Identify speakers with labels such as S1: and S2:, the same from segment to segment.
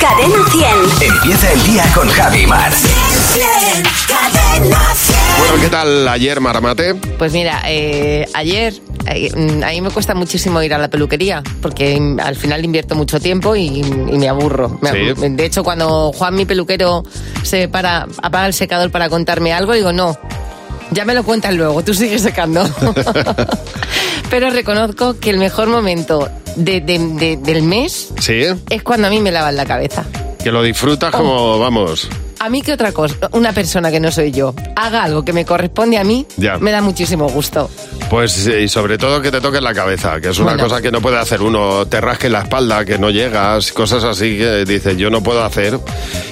S1: Cadena 100.
S2: Empieza el día con Javi Mar.
S1: Cadena 100.
S3: Bueno, ¿qué tal ayer, Maramate?
S4: Pues mira, eh, ayer eh, mm, a mí me cuesta muchísimo ir a la peluquería porque mm, al final invierto mucho tiempo y, y me aburro. Me
S3: Sí.
S4: abu- De hecho, cuando Juan, mi peluquero, se para, apaga el secador para contarme algo, digo, no, ya me lo cuentas luego, tú sigues secando. Pero reconozco que el mejor momento de- de- de- del mes
S3: Sí,
S4: es cuando a mí me lavan la cabeza.
S3: que lo
S4: Oh.
S3: disfrutas como, vamos,
S4: A mí que otra cosa, una persona que no soy yo, haga algo que me corresponde a mí,
S3: Ya.
S4: me da muchísimo gusto.
S3: pues y sobre todo que te toques la cabeza, que es una
S4: Bueno.
S3: cosa que no puede hacer uno, te rasque la espalda, que no llegas, cosas así que dices yo no puedo hacer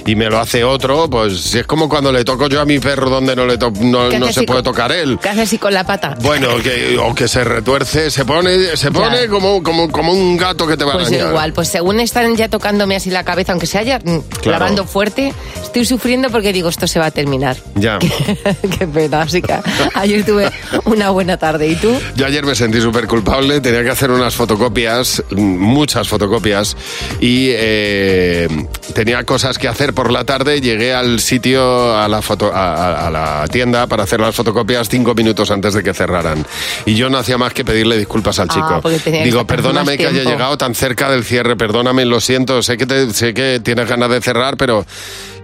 S3: y me lo hace otro, pues si es como cuando le toco yo a mi perro donde no, le to- no,
S4: ¿Qué
S3: no
S4: haces
S3: se
S4: si
S3: puede
S4: con-
S3: tocar él.
S4: ¿Qué haces así con la pata?
S3: Bueno, que, o que se retuerce, se pone, se pone
S4: Ya.
S3: como, como, como un gato que te va a
S4: Pues yo
S3: arañar.
S4: igual, pues según están ya tocándome así la cabeza, aunque se haya mm,
S3: Claro.
S4: clavando fuerte, estoy sufriendo porque digo, esto se va a terminar.
S3: Ya.
S4: Qué pena, así que ayer tuve una buena tarde. ¿Y tú?
S3: Yo ayer me sentí súper culpable, tenía que hacer unas fotocopias, mm, muchas fotocopias, y eh, tenía cosas que hacer por la tarde. Llegué al sitio, a la, foto, a, a- a la tienda para hacer las fotocopias cinco minutos antes de que cerraran. Y yo no hacía más que pedirle disculpas al
S4: Ah,
S3: chico.
S4: porque tenía que
S3: Digo,
S4: estar con
S3: perdóname
S4: más
S3: que haya
S4: tiempo".
S3: llegado tan cerca del cierre, perdóname, lo siento, sé que, te- sé que tienes ganas de cerrar, pero...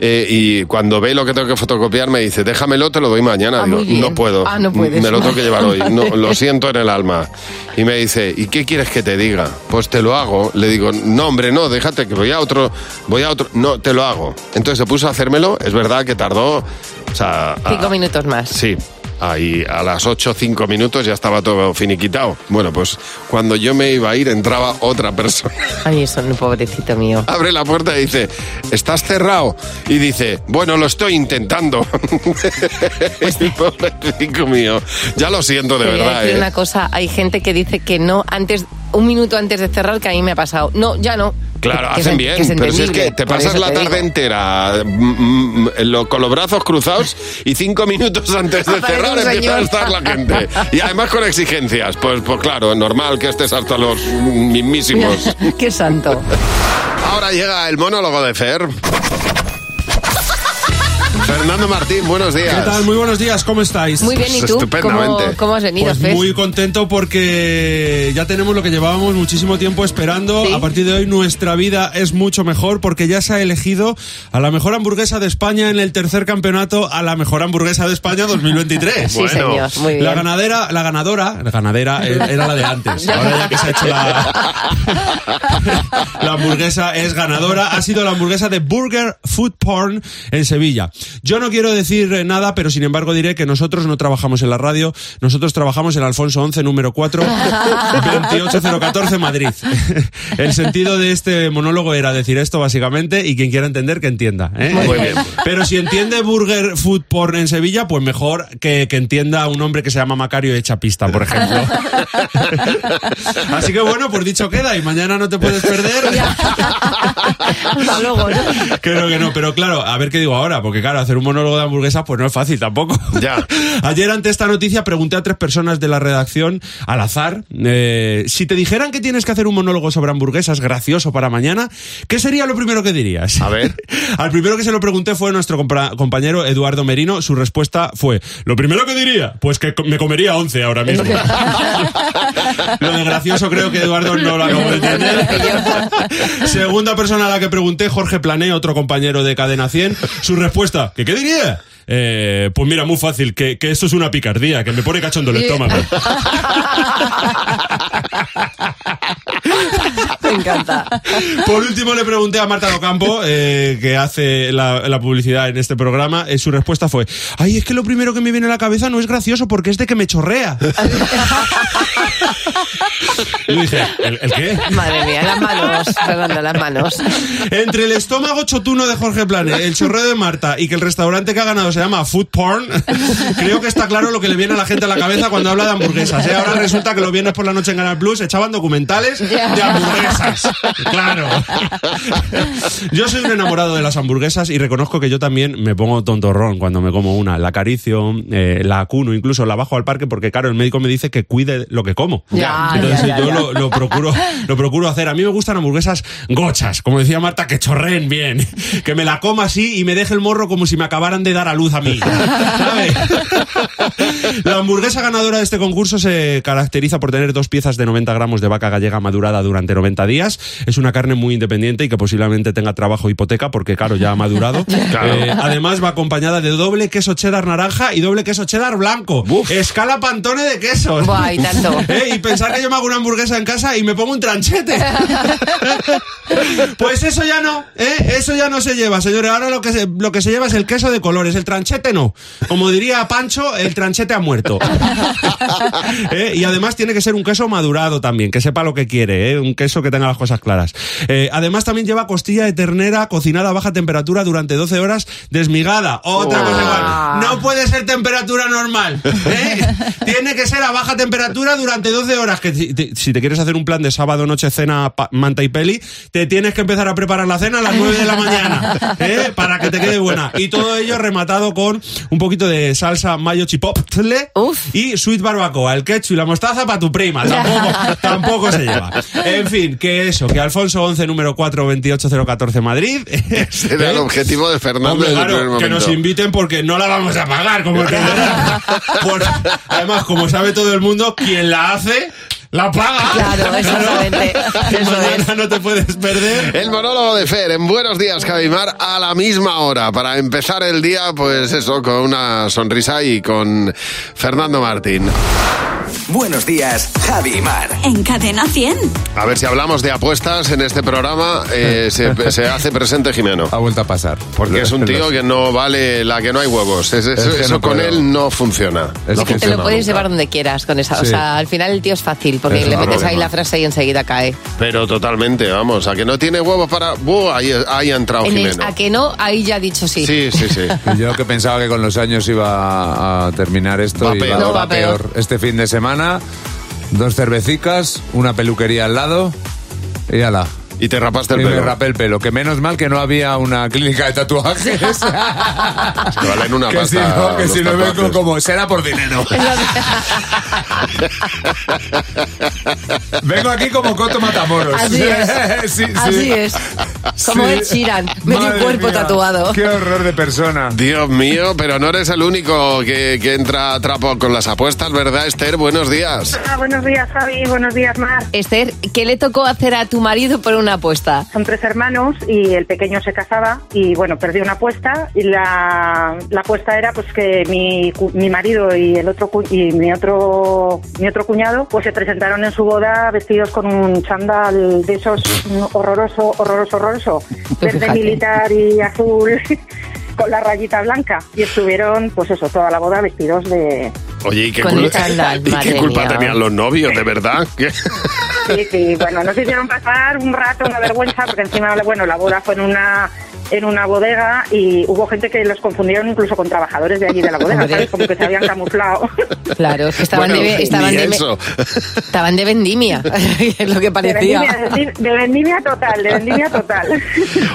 S3: eh, y cuando ve lo que tengo que fotocopiar me dice, déjamelo, te lo doy mañana.
S4: Ah,
S3: Digo,
S4: muy bien.
S3: no puedo.
S4: Ah, no puedes.
S3: Me lo tengo que llevar hoy. No, lo siento en el alma. Y me dice, ¿y qué quieres que te diga? Pues te lo hago. Le digo, no, hombre, no, déjate que voy a otro, voy a otro. No, te lo hago. Entonces se puso a hacérmelo. Es verdad que tardó, o sea... a-
S4: Cinco minutos más.
S3: Sí. Ahí a las 8 5 minutos ya estaba todo finiquitado. Bueno, pues cuando yo me iba a ir entraba otra persona.
S4: Ay, eso, no, pobrecito mío.
S3: Abre la puerta y dice, "¿Estás cerrado?" Y dice, "Bueno, lo estoy intentando."
S4: Pues
S3: Y Pobrecito mío. Ya lo siento de
S4: Te voy a
S3: verdad.
S4: decir
S3: ¿eh?
S4: una cosa, hay gente que dice que no antes, un minuto antes de cerrar, que a mí me ha pasado. No, ya no.
S3: Claro,
S4: Que- que
S3: hacen
S4: es-
S3: bien,
S4: que es
S3: pero si es que
S4: entendible,
S3: te
S4: por
S3: pasas
S4: eso
S3: la
S4: te
S3: tarde
S4: digo.
S3: entera mm, mm, lo- con los brazos cruzados y cinco minutos antes de
S4: Aparece
S3: cerrar
S4: un
S3: empieza a
S4: señor.
S3: estar la gente. Y además con exigencias. Pues, pues claro, normal que estés hasta los mismísimos.
S4: Qué santo.
S3: Ahora llega el monólogo de Fer. Fernando Martín, buenos días.
S5: ¿Qué tal? Muy buenos días, ¿cómo estáis?
S4: Muy bien, ¿y tú? ¿Cómo,
S3: Estupendamente.
S4: cómo has venido,
S5: Pues
S4: Fes?
S5: muy contento porque ya tenemos lo que llevábamos muchísimo tiempo esperando.
S4: Sí.
S5: A partir de hoy nuestra vida es mucho mejor porque ya se ha elegido a la mejor hamburguesa de España en el tercer campeonato a la mejor hamburguesa de España 2023.
S4: Sí, señor, muy bien.
S5: La ganadera, la ganadora, la ganadera eh, era la de antes. Ahora ya que se ha hecho la, la hamburguesa es ganadora. Ha sido la hamburguesa de Burger Food Porn en Sevilla. Yo no quiero decir eh, nada, pero sin embargo diré que nosotros no trabajamos en la radio. Nosotros trabajamos en Alfonso 11, número 4, 28014, Madrid. El sentido de este monólogo era decir esto básicamente y quien quiera entender que entienda. ¿eh?
S3: Muy bien.
S5: Pero si entiende Burger Food Porn en Sevilla, pues mejor que, que entienda a un hombre que se llama Macario Echapista, por ejemplo. Así que bueno, pues dicho queda y mañana no te puedes perder.
S4: Hasta luego, ¿no?
S5: Creo que no, pero claro, a ver qué digo ahora, porque claro, hacer un monólogo de hamburguesas pues no es fácil tampoco.
S3: Ya.
S5: Ayer ante esta noticia pregunté a tres personas de la redacción al azar, eh, si te dijeran que tienes que hacer un monólogo sobre hamburguesas gracioso para mañana, ¿qué sería lo primero que dirías?
S3: A ver.
S5: al primero que se lo pregunté fue nuestro compra- compañero Eduardo Merino, su respuesta fue, lo primero que diría, pues que co- me comería 11 ahora mismo. lo de gracioso creo que Eduardo no lo acabó de entender. Segunda persona a la que pregunté, Jorge Plané, otro compañero de Cadena 100, su respuesta, ¿qué, qué diría? Eh, pues mira, muy fácil, que, que esto es una picardía, que me pone cachondo el estómago.
S4: Me encanta.
S5: Por último le pregunté a Marta Docampo, eh, que hace la, la publicidad en este programa, eh, su respuesta fue, ay, es que lo primero que me viene a la cabeza no es gracioso porque es de que me chorrea. y dije, ¿el, el qué?
S4: Madre mía, las manos, Fernando, las manos.
S5: Entre el estómago chotuno de Jorge Plane, el chorreo de Marta y que el restaurante que ha ganado se llama Food Porn, creo que está claro lo que le viene a la gente a la cabeza cuando habla de hamburguesas. ¿eh? Ahora resulta que los viernes por la noche en Canal Plus echaban documentales de hamburguesas. Claro. Yo soy un enamorado de las hamburguesas y reconozco que yo también me pongo tontorrón cuando me como una. La acaricio, eh, la acuno, incluso la bajo al parque porque, claro, el médico me dice que cuide lo que como.
S4: Ya,
S5: Entonces
S4: ya, ya,
S5: yo
S4: ya.
S5: Lo, lo procuro, lo procuro hacer. A mí me gustan hamburguesas gochas, como decía Marta, que chorreen bien, que me la coma así y me deje el morro como si me acabaran de dar a luz a mí. ¿sabes? La hamburguesa ganadora de este concurso se caracteriza por tener dos piezas de 90 gramos de vaca gallega madurada durante 90 días. Es una carne muy independiente y que posiblemente tenga trabajo hipoteca porque, claro, ya ha madurado.
S3: Claro.
S5: Eh, además va acompañada de doble queso cheddar naranja y doble queso cheddar blanco.
S3: Uf.
S5: Escala pantone de quesos.
S4: Buah, y tanto.
S5: Eh, Y pensar que yo me hago una hamburguesa en casa y me pongo un tranchete. Pues eso ya no, ¿eh? eso ya no se lleva, señores. Ahora lo que, se, lo que se lleva es el queso de colores, el tranchete no. Como diría Pancho, el tranchete ha muerto. ¿Eh? Y además tiene que ser un queso madurado también, que sepa lo que quiere, ¿eh? un queso que tenga las cosas claras. Eh, además también lleva costilla de ternera cocinada a baja temperatura durante 12 horas desmigada. Otra
S3: Oh.
S5: cosa igual. No puede ser temperatura normal. ¿eh? Tiene que ser a baja temperatura durante 12 horas. Que si te, si te quieres hacer un plan de sábado, noche, cena, pa- manta y peli, te tienes que empezar a preparar la cena a las 9 de la mañana ¿eh? para que te quede buena. Y todo ello rematado con un poquito de salsa mayo chipotle
S4: Uf.
S5: y sweet barbacoa, el ketchup y la mostaza para tu prima. Tampoco, tampoco se lleva. En fin, que eso, que Alfonso 11, número 4, 28014 Madrid.
S3: Era el
S5: ¿eh?
S3: objetivo de Fernando
S5: Hombre,
S3: desde el
S5: claro,
S3: primer
S5: que
S3: momento.
S5: nos inviten porque no la vamos a pagar como el que la da. Por- además como sabe todo el mundo quien la hace la paga
S4: Claro, exactamente. Eso
S5: Mañana no te puedes perder
S3: El monólogo de Fer en Buenos Días, Javimar, a la misma hora, para empezar el día, pues eso, con una sonrisa y con Fernando Martín.
S2: Buenos días, Javi y Mar.
S1: En Cadena 100.
S3: A ver si hablamos de apuestas en este programa, eh, se, se hace presente Jimeno.
S6: ha vuelto a pasar.
S3: Porque es un tío que no vale la que no hay huevos. Es- es-
S6: Es que
S3: eso
S6: no
S3: con
S6: puedo.
S3: él no funciona.
S6: Es
S3: No
S6: que-
S4: Te
S3: funciona
S4: lo puedes
S3: nunca.
S4: llevar donde quieras con esa. O
S6: Sí.
S4: sea, al final el tío es fácil porque
S6: Eso
S4: le
S6: no
S4: metes ahí
S3: problema.
S4: la frase y enseguida cae.
S3: Pero totalmente, vamos, a que no tiene huevos para... Buh, ahí, ahí ha entrado
S4: En el
S3: Jimeno.
S4: a que no, ahí ya ha dicho sí.
S3: Sí, sí, sí.
S6: Y Yo que pensaba que con los años iba a terminar esto
S3: Va
S6: y
S3: peor.
S6: va,
S4: No,
S6: va
S4: va
S6: peor.
S4: peor.
S6: Este fin de semana, dos cervecicas, una peluquería al lado y ala.
S3: Y te rapaste el
S6: Y me
S3: pelo.
S6: rapé el pelo, que menos mal que no había una clínica de tatuajes.
S3: Te valen una
S6: que si
S3: pasta
S6: no, que
S3: los
S6: si no me
S3: tatuajes.
S6: como, será por dinero. Vengo aquí como Coto Matamoros.
S4: Así es.
S6: Sí, sí.
S4: Así es. Como
S6: Sí.
S4: Ed Sheeran, medio
S6: Madre
S4: cuerpo
S6: mía,
S4: tatuado.
S6: Qué horror de persona.
S3: Dios mío, pero no eres el único que, que entra a trapo con las apuestas, ¿verdad, Esther? Buenos días.
S7: Hola, Ah, buenos días, Javi. Buenos días, Mar.
S4: Esther, ¿qué le tocó hacer a tu marido por una apuesta?
S7: Son tres hermanos y el pequeño se casaba y, bueno, perdió una apuesta y la, la apuesta era pues que mi, cu- mi marido y el otro cu- y mi otro mi otro cuñado pues se presentaron en su boda vestidos con un chándal de esos mm, horroroso, horroroso, horroroso, verde
S4: fíjate.
S7: militar y azul con la rayita blanca y estuvieron pues eso toda la boda vestidos de
S3: Oye, ¿y qué,
S4: Con
S3: cul-
S4: el chándal,
S3: ¿y qué
S4: madre
S3: culpa
S4: mía.
S3: tenían los novios, de verdad? ¿Qué?
S7: Sí, sí, bueno, nos hicieron pasar un rato una vergüenza porque encima, bueno, la boda fue en una en una bodega y hubo gente que los confundieron incluso con trabajadores de allí de la bodega,
S4: Hombre.
S7: ¿sabes? Como que se habían camuflado.
S4: Claro, es que estaban,
S3: Bueno,
S4: de, estaban,
S3: ni
S4: de,
S3: eso.
S4: estaban de vendimia, es lo que
S7: De vendimia,
S4: parecía.
S7: de vendimia total, de vendimia total.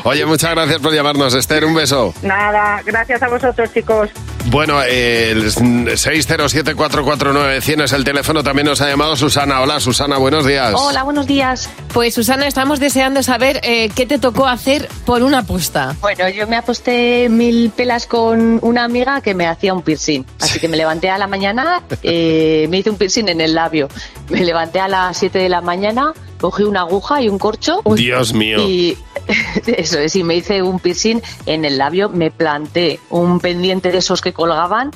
S3: Oye, muchas gracias por llamarnos, Esther. Un beso.
S7: Nada, gracias a vosotros, chicos.
S3: Bueno, eh, el 607-449-100 es el teléfono. También nos ha llamado Susana. Hola, Susana, buenos días.
S8: Hola, buenos días.
S4: Pues Susana, estamos deseando saber eh, qué te tocó hacer por una apuesta.
S8: Bueno, yo me aposté mil pelas con una amiga que me hacía un piercing. Así que me levanté a la mañana, eh, me hice un piercing en el labio. Me levanté a las 7 de la mañana, cogí una aguja y un corcho.
S3: Dios mío.
S8: Y eso es, y me hice un piercing en el labio, me planté un pendiente de esos que colgaban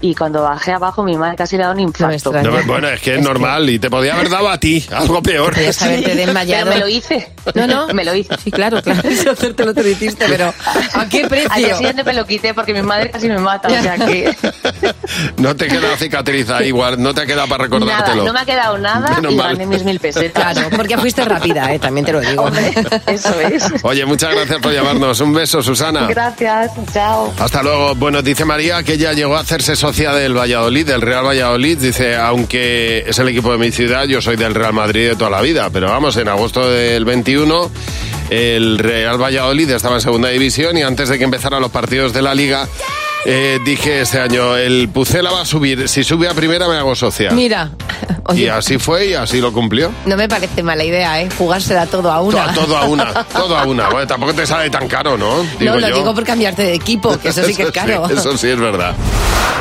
S8: y cuando bajé abajo mi madre casi le da un infarto.
S4: extraña.
S3: No, bueno, es que es normal y te podía haber dado a ti algo peor.
S4: Podías haberte desmayado.
S8: Pero me lo hice.
S4: No, no.
S8: Me lo hice.
S4: Sí, claro, claro. Si hacértelo te lo hiciste, pero ¿a qué
S8: Al día
S4: precio?
S8: siguiente me lo quité porque mi madre casi me mata. O sea que.
S3: No te queda cicatriz ahí, igual, no te queda para recordártelo.
S8: Nada, no me ha quedado nada
S3: Menos
S8: y
S3: mal.
S8: gané mis mil pesetas.
S4: Claro, porque fuiste rápida, eh, también te lo digo.
S8: Hombre, eso es.
S3: Oye, muchas gracias por llamarnos. Un beso, Susana.
S8: Gracias, chao.
S3: Hasta luego. Bueno, dice María que ella llegó a hacerse socia del Valladolid, del Real Valladolid. Dice, aunque es el equipo de mi ciudad, yo soy del Real Madrid de toda la vida. Pero vamos, en agosto del 21, el Real Valladolid estaba en segunda división y antes de que empezaran los partidos de la liga, eh, dije este año, el Pucela va a subir, si sube a primera me hago socia.
S4: Mira,
S3: Y así fue y así lo cumplió.
S4: no me parece mala idea, ¿eh? Jugársela todo a una.
S3: To- Todo a una, todo a una. Bueno, tampoco te sale tan caro, ¿no?
S4: no, lo digo por cambiarte de equipo, que eso sí que es caro.
S3: sí, eso sí es verdad.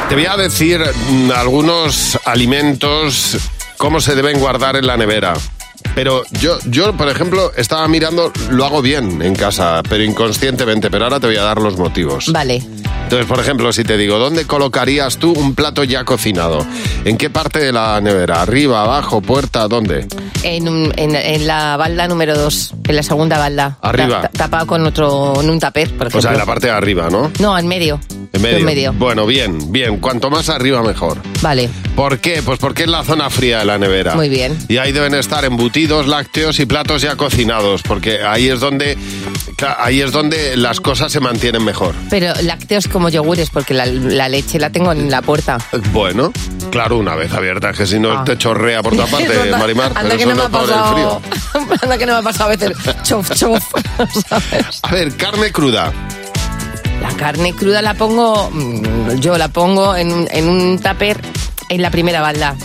S3: Te voy a decir mm, algunos alimentos, cómo se deben guardar en la nevera. Pero yo, yo, por ejemplo, estaba mirando, lo hago bien en casa, pero inconscientemente, pero ahora te voy a dar los motivos.
S4: Vale.
S3: Entonces, por ejemplo, si te digo, ¿dónde colocarías tú un plato ya cocinado? ¿En qué parte de la nevera? ¿Arriba, abajo, puerta, dónde?
S4: En, un- en- en la balda número 2, en la segunda balda.
S3: Arriba.
S4: Ta- ta- tapado con otro, en un taper, por ejemplo.
S3: O sea, Pues en la parte de arriba, ¿no?
S4: No, en medio.
S3: En medio.
S4: En medio.
S3: Bueno, bien, bien. Cuanto más arriba, mejor.
S4: Vale,
S3: ¿Por qué? Pues porque es la zona fría de la nevera.
S4: muy bien.
S3: Y ahí deben estar embutidos, lácteos y platos ya cocinados, porque ahí es donde, cla- ahí es donde las cosas se mantienen mejor.
S4: Pero lácteos como yogures, porque la, la leche la tengo en la puerta.
S3: Bueno, claro, una vez abierta, que si no te chorrea por toda parte,
S4: Ah. Anda-
S3: Marimar.
S4: Anda
S3: pero
S4: que
S3: eso
S4: no me ha
S3: por el frío.
S4: pasado. Anda que no me ha pasado a veces. Chof, chof. ¿sabes?
S3: A ver, carne cruda.
S4: La carne cruda la pongo. mm, Yo la pongo en, un- en un tupper en la primera balda.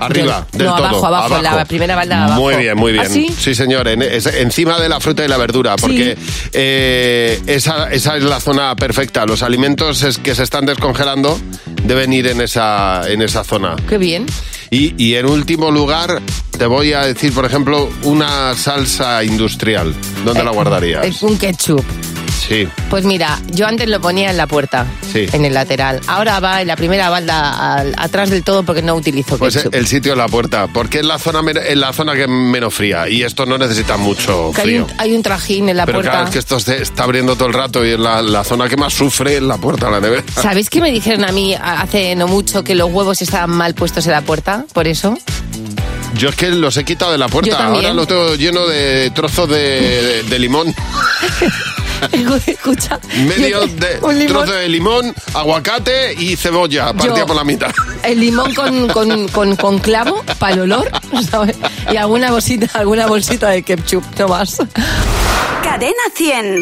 S3: Arriba,
S4: Yo-
S3: del
S4: no,
S3: todo.
S4: abajo, abajo, la primera balda abajo.
S3: Muy bien, muy bien.
S4: ¿Ah, sí?
S3: señor, en- es- encima de la fruta y la verdura, porque eh, esa, esa es la zona perfecta. Los alimentos es- que se están descongelando deben ir en esa, en esa zona.
S4: Qué bien.
S3: Y, y en último lugar, te voy a decir, por ejemplo, una salsa industrial. ¿Dónde la guardarías?
S4: Es un ketchup.
S3: Sí.
S4: Pues mira, yo antes lo ponía en la puerta,
S3: Sí.
S4: en el lateral. Ahora va en la primera balda al- atrás del todo porque no utilizo
S3: Pues
S4: ketchup.
S3: el sitio es la puerta, porque es la zona men- es la zona que es menos fría y esto no necesita mucho
S4: Que hay,
S3: frío.
S4: un, hay un trajín en la
S3: Pero
S4: puerta.
S3: claro, es que esto se está abriendo todo el rato y es la, la zona que más sufre es la puerta, la nevera.
S4: ¿Sabéis que me dijeron a mí a- hace no mucho que los huevos estaban mal puestos en la puerta? Por eso.
S3: Yo es que los he quitado de la
S4: Yo
S3: puerta,
S4: también.
S3: ahora lo tengo lleno de trozos de, de- de limón.
S4: Escucha.
S3: Medio
S4: yo-
S3: de
S4: un limón-
S3: trozo de limón, aguacate y cebolla, partida por la mitad.
S4: El limón con, con, con, con clavo para el olor, ¿sabes? Y alguna bolsita, alguna bolsita de ketchup, no más.
S1: Cadena 100.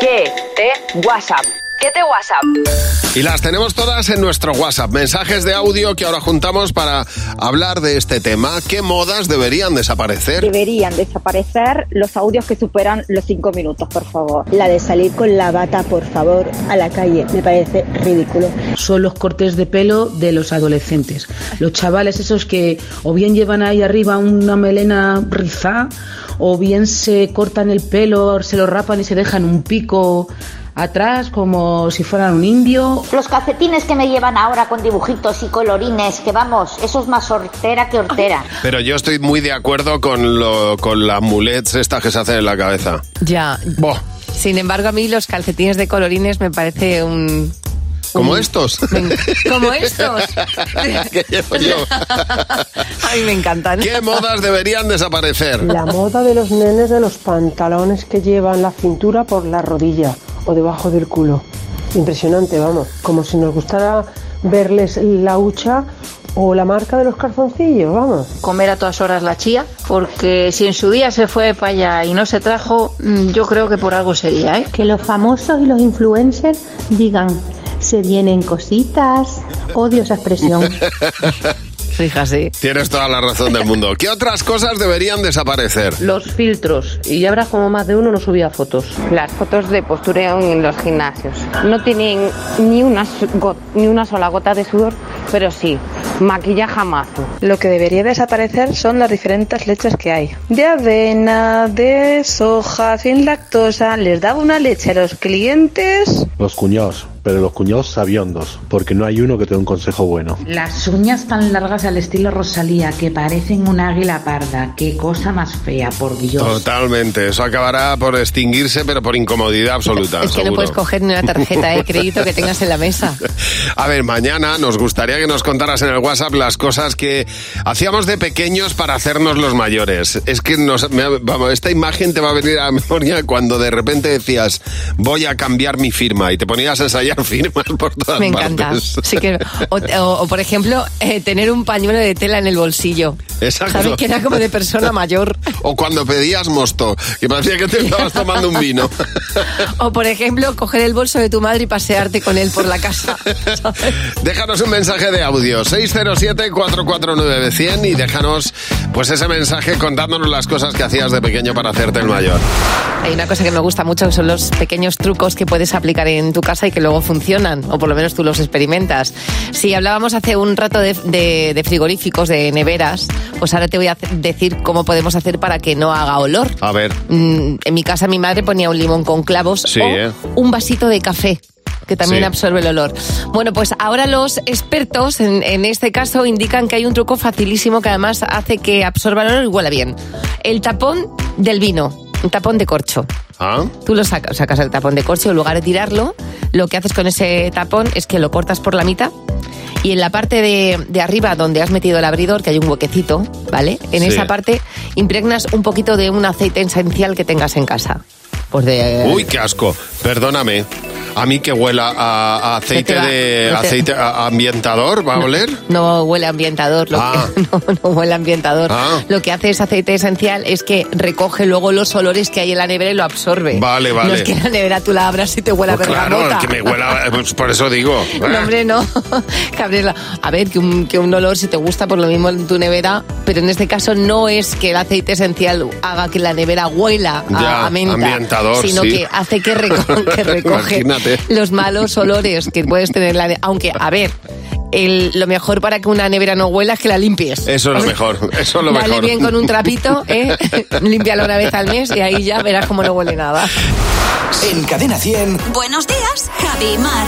S9: ¿Qué te WhatsApp? ¿Qué te WhatsApp?
S3: Y las tenemos todas en nuestro WhatsApp. Mensajes de audio que ahora juntamos para hablar de este tema. ¿Qué modas deberían desaparecer?
S10: Deberían desaparecer los audios que superan los 5 minutos, por favor. La de salir con la bata, por favor, a la calle, me parece ridículo.
S11: son los cortes de pelo de los adolescentes. Los chavales esos que Eh, o bien llevan ahí arriba una melena rizada, o bien se cortan el pelo, se lo rapan y se dejan un pico atrás como si fueran un indio.
S12: Los calcetines que me llevan ahora con dibujitos y colorines, que vamos, eso es más hortera que hortera.
S3: Pero yo estoy muy de acuerdo con, lo, con las mulets estas que se hacen en la cabeza.
S4: Ya. Sin embargo, a mí los calcetines de colorines me parece un...
S3: Como estos.
S4: Como estos.
S3: que llevo yo.
S4: A mí me encantan.
S3: ¿Qué modas deberían desaparecer?
S13: La moda de los nenes de los pantalones que llevan la cintura por la rodilla o debajo del culo. Impresionante, vamos. Como si nos gustara verles la hucha o la marca de los calzoncillos, vamos.
S14: comer a todas horas la chía, porque si en su día se fue para allá y no se trajo, mm, yo creo que por algo sería, ¿eh?
S15: Que los famosos y los influencers digan, se vienen cositas. Odio esa expresión.
S4: Fíjate.
S3: Tienes toda la razón del mundo. ¿Qué otras cosas deberían desaparecer?
S16: Los filtros. Y ya verás como más de uno no subía fotos. Las fotos de postureo en los gimnasios. No tienen ni una, su- go- ni una sola gota de sudor, pero sí, maquillaje a mazo.
S17: Lo que debería desaparecer son las diferentes leches que hay. De avena, de soja, sin lactosa. Les daba una leche a los clientes.
S18: Los cuñados, pero los cuñados sabiondos, porque no hay uno que te dé un consejo bueno.
S19: Las uñas tan largas al estilo Rosalía que parecen un águila parda. Qué cosa más fea, por Dios.
S3: Totalmente. Eso acabará por extinguirse, pero por incomodidad absoluta.
S4: Es que no
S3: seguro.
S4: puedes coger ni una tarjeta de crédito que tengas en la mesa.
S3: A ver, mañana nos gustaría que nos contaras en el WhatsApp las cosas que hacíamos de pequeños para hacernos los mayores. Es que nos, me ha- vamos, esta imagen te va a venir a la memoria cuando de repente decías, voy a cambiar mi firma y te ponías a ensayar rayar firmas por todas
S4: Me encanta.
S3: partes.
S4: Sí que- o, o- o, por ejemplo, eh, tener un pañuelo de tela en el bolsillo.
S3: Exacto.
S4: ¿Sabes? Que era como de persona mayor.
S3: O cuando pedías mosto, que parecía que te estabas tomando un vino.
S4: O por ejemplo, coger el bolso de tu madre y pasearte con él por la casa.
S3: Déjanos un mensaje de audio 607-449-100 y déjanos pues ese mensaje contándonos las cosas que hacías de pequeño para hacerte el mayor.
S4: Hay una cosa que me gusta mucho, que son los pequeños trucos que puedes aplicar en tu casa y que luego funcionan, o por lo menos tú los experimentas. Si hablábamos hace un rato de, de- de frigoríficos, de neveras, pues ahora te voy a hacer- decir cómo podemos hacer para que no haga olor.
S3: A ver.
S4: Mm, en mi casa mi madre ponía un limón con clavos
S3: Sí,
S4: o
S3: ¿eh?
S4: un vasito de café que también
S3: Sí.
S4: absorbe el olor. Bueno, pues ahora los expertos en, en este caso indican que hay un truco facilísimo que además hace que absorba el olor y huela bien. El tapón del vino, un tapón de corcho.
S3: ¿Ah?
S4: Tú lo sacas, sacas el tapón de corcho, en lugar de tirarlo, lo que haces con ese tapón es que lo cortas por la mitad y en la parte de, de arriba donde has metido el abridor, que hay un huequecito, ¿vale? En
S20: Sí.
S4: esa parte impregnas un poquito de un aceite esencial que tengas en casa. Pues de...
S3: Uy, qué asco. Perdóname. A mí que huela a, a aceite
S4: No te va,
S3: de
S4: no te-
S3: aceite a- ambientador, ¿va a oler?
S4: No huele a ambientador, lo que, no, no huele a ambientador.
S3: Ah.
S4: Lo que hace ese aceite esencial es que recoge luego los olores que hay en la nevera y lo absorbe.
S3: Vale, vale.
S4: No es que la nevera tú la abras y te huela
S3: Pues
S4: a
S3: claro, el
S4: bergamota.
S3: que me huela, pues por eso digo.
S4: No, hombre, no. Que abrirla. A ver, que un, que un olor, si te gusta, por lo mismo en tu nevera, pero en este caso no es que el aceite esencial haga que la nevera huela a,
S3: Ya,
S4: a menta,
S3: ambientador,
S4: sino
S3: sí.
S4: que hace que, reco- que recoge
S3: Imagínate.
S4: los malos olores que puedes tener. en La ne- Aunque, a ver, el- lo mejor para que una nevera no huela es que la limpies.
S3: Eso es lo mejor. Eso es lo
S4: Dale
S3: mejor.
S4: bien con un trapito, ¿eh? límpialo una vez al mes y ahí ya verás cómo no huele nada.
S2: En Cadena 100.
S1: Buenos días, Javi y Mar.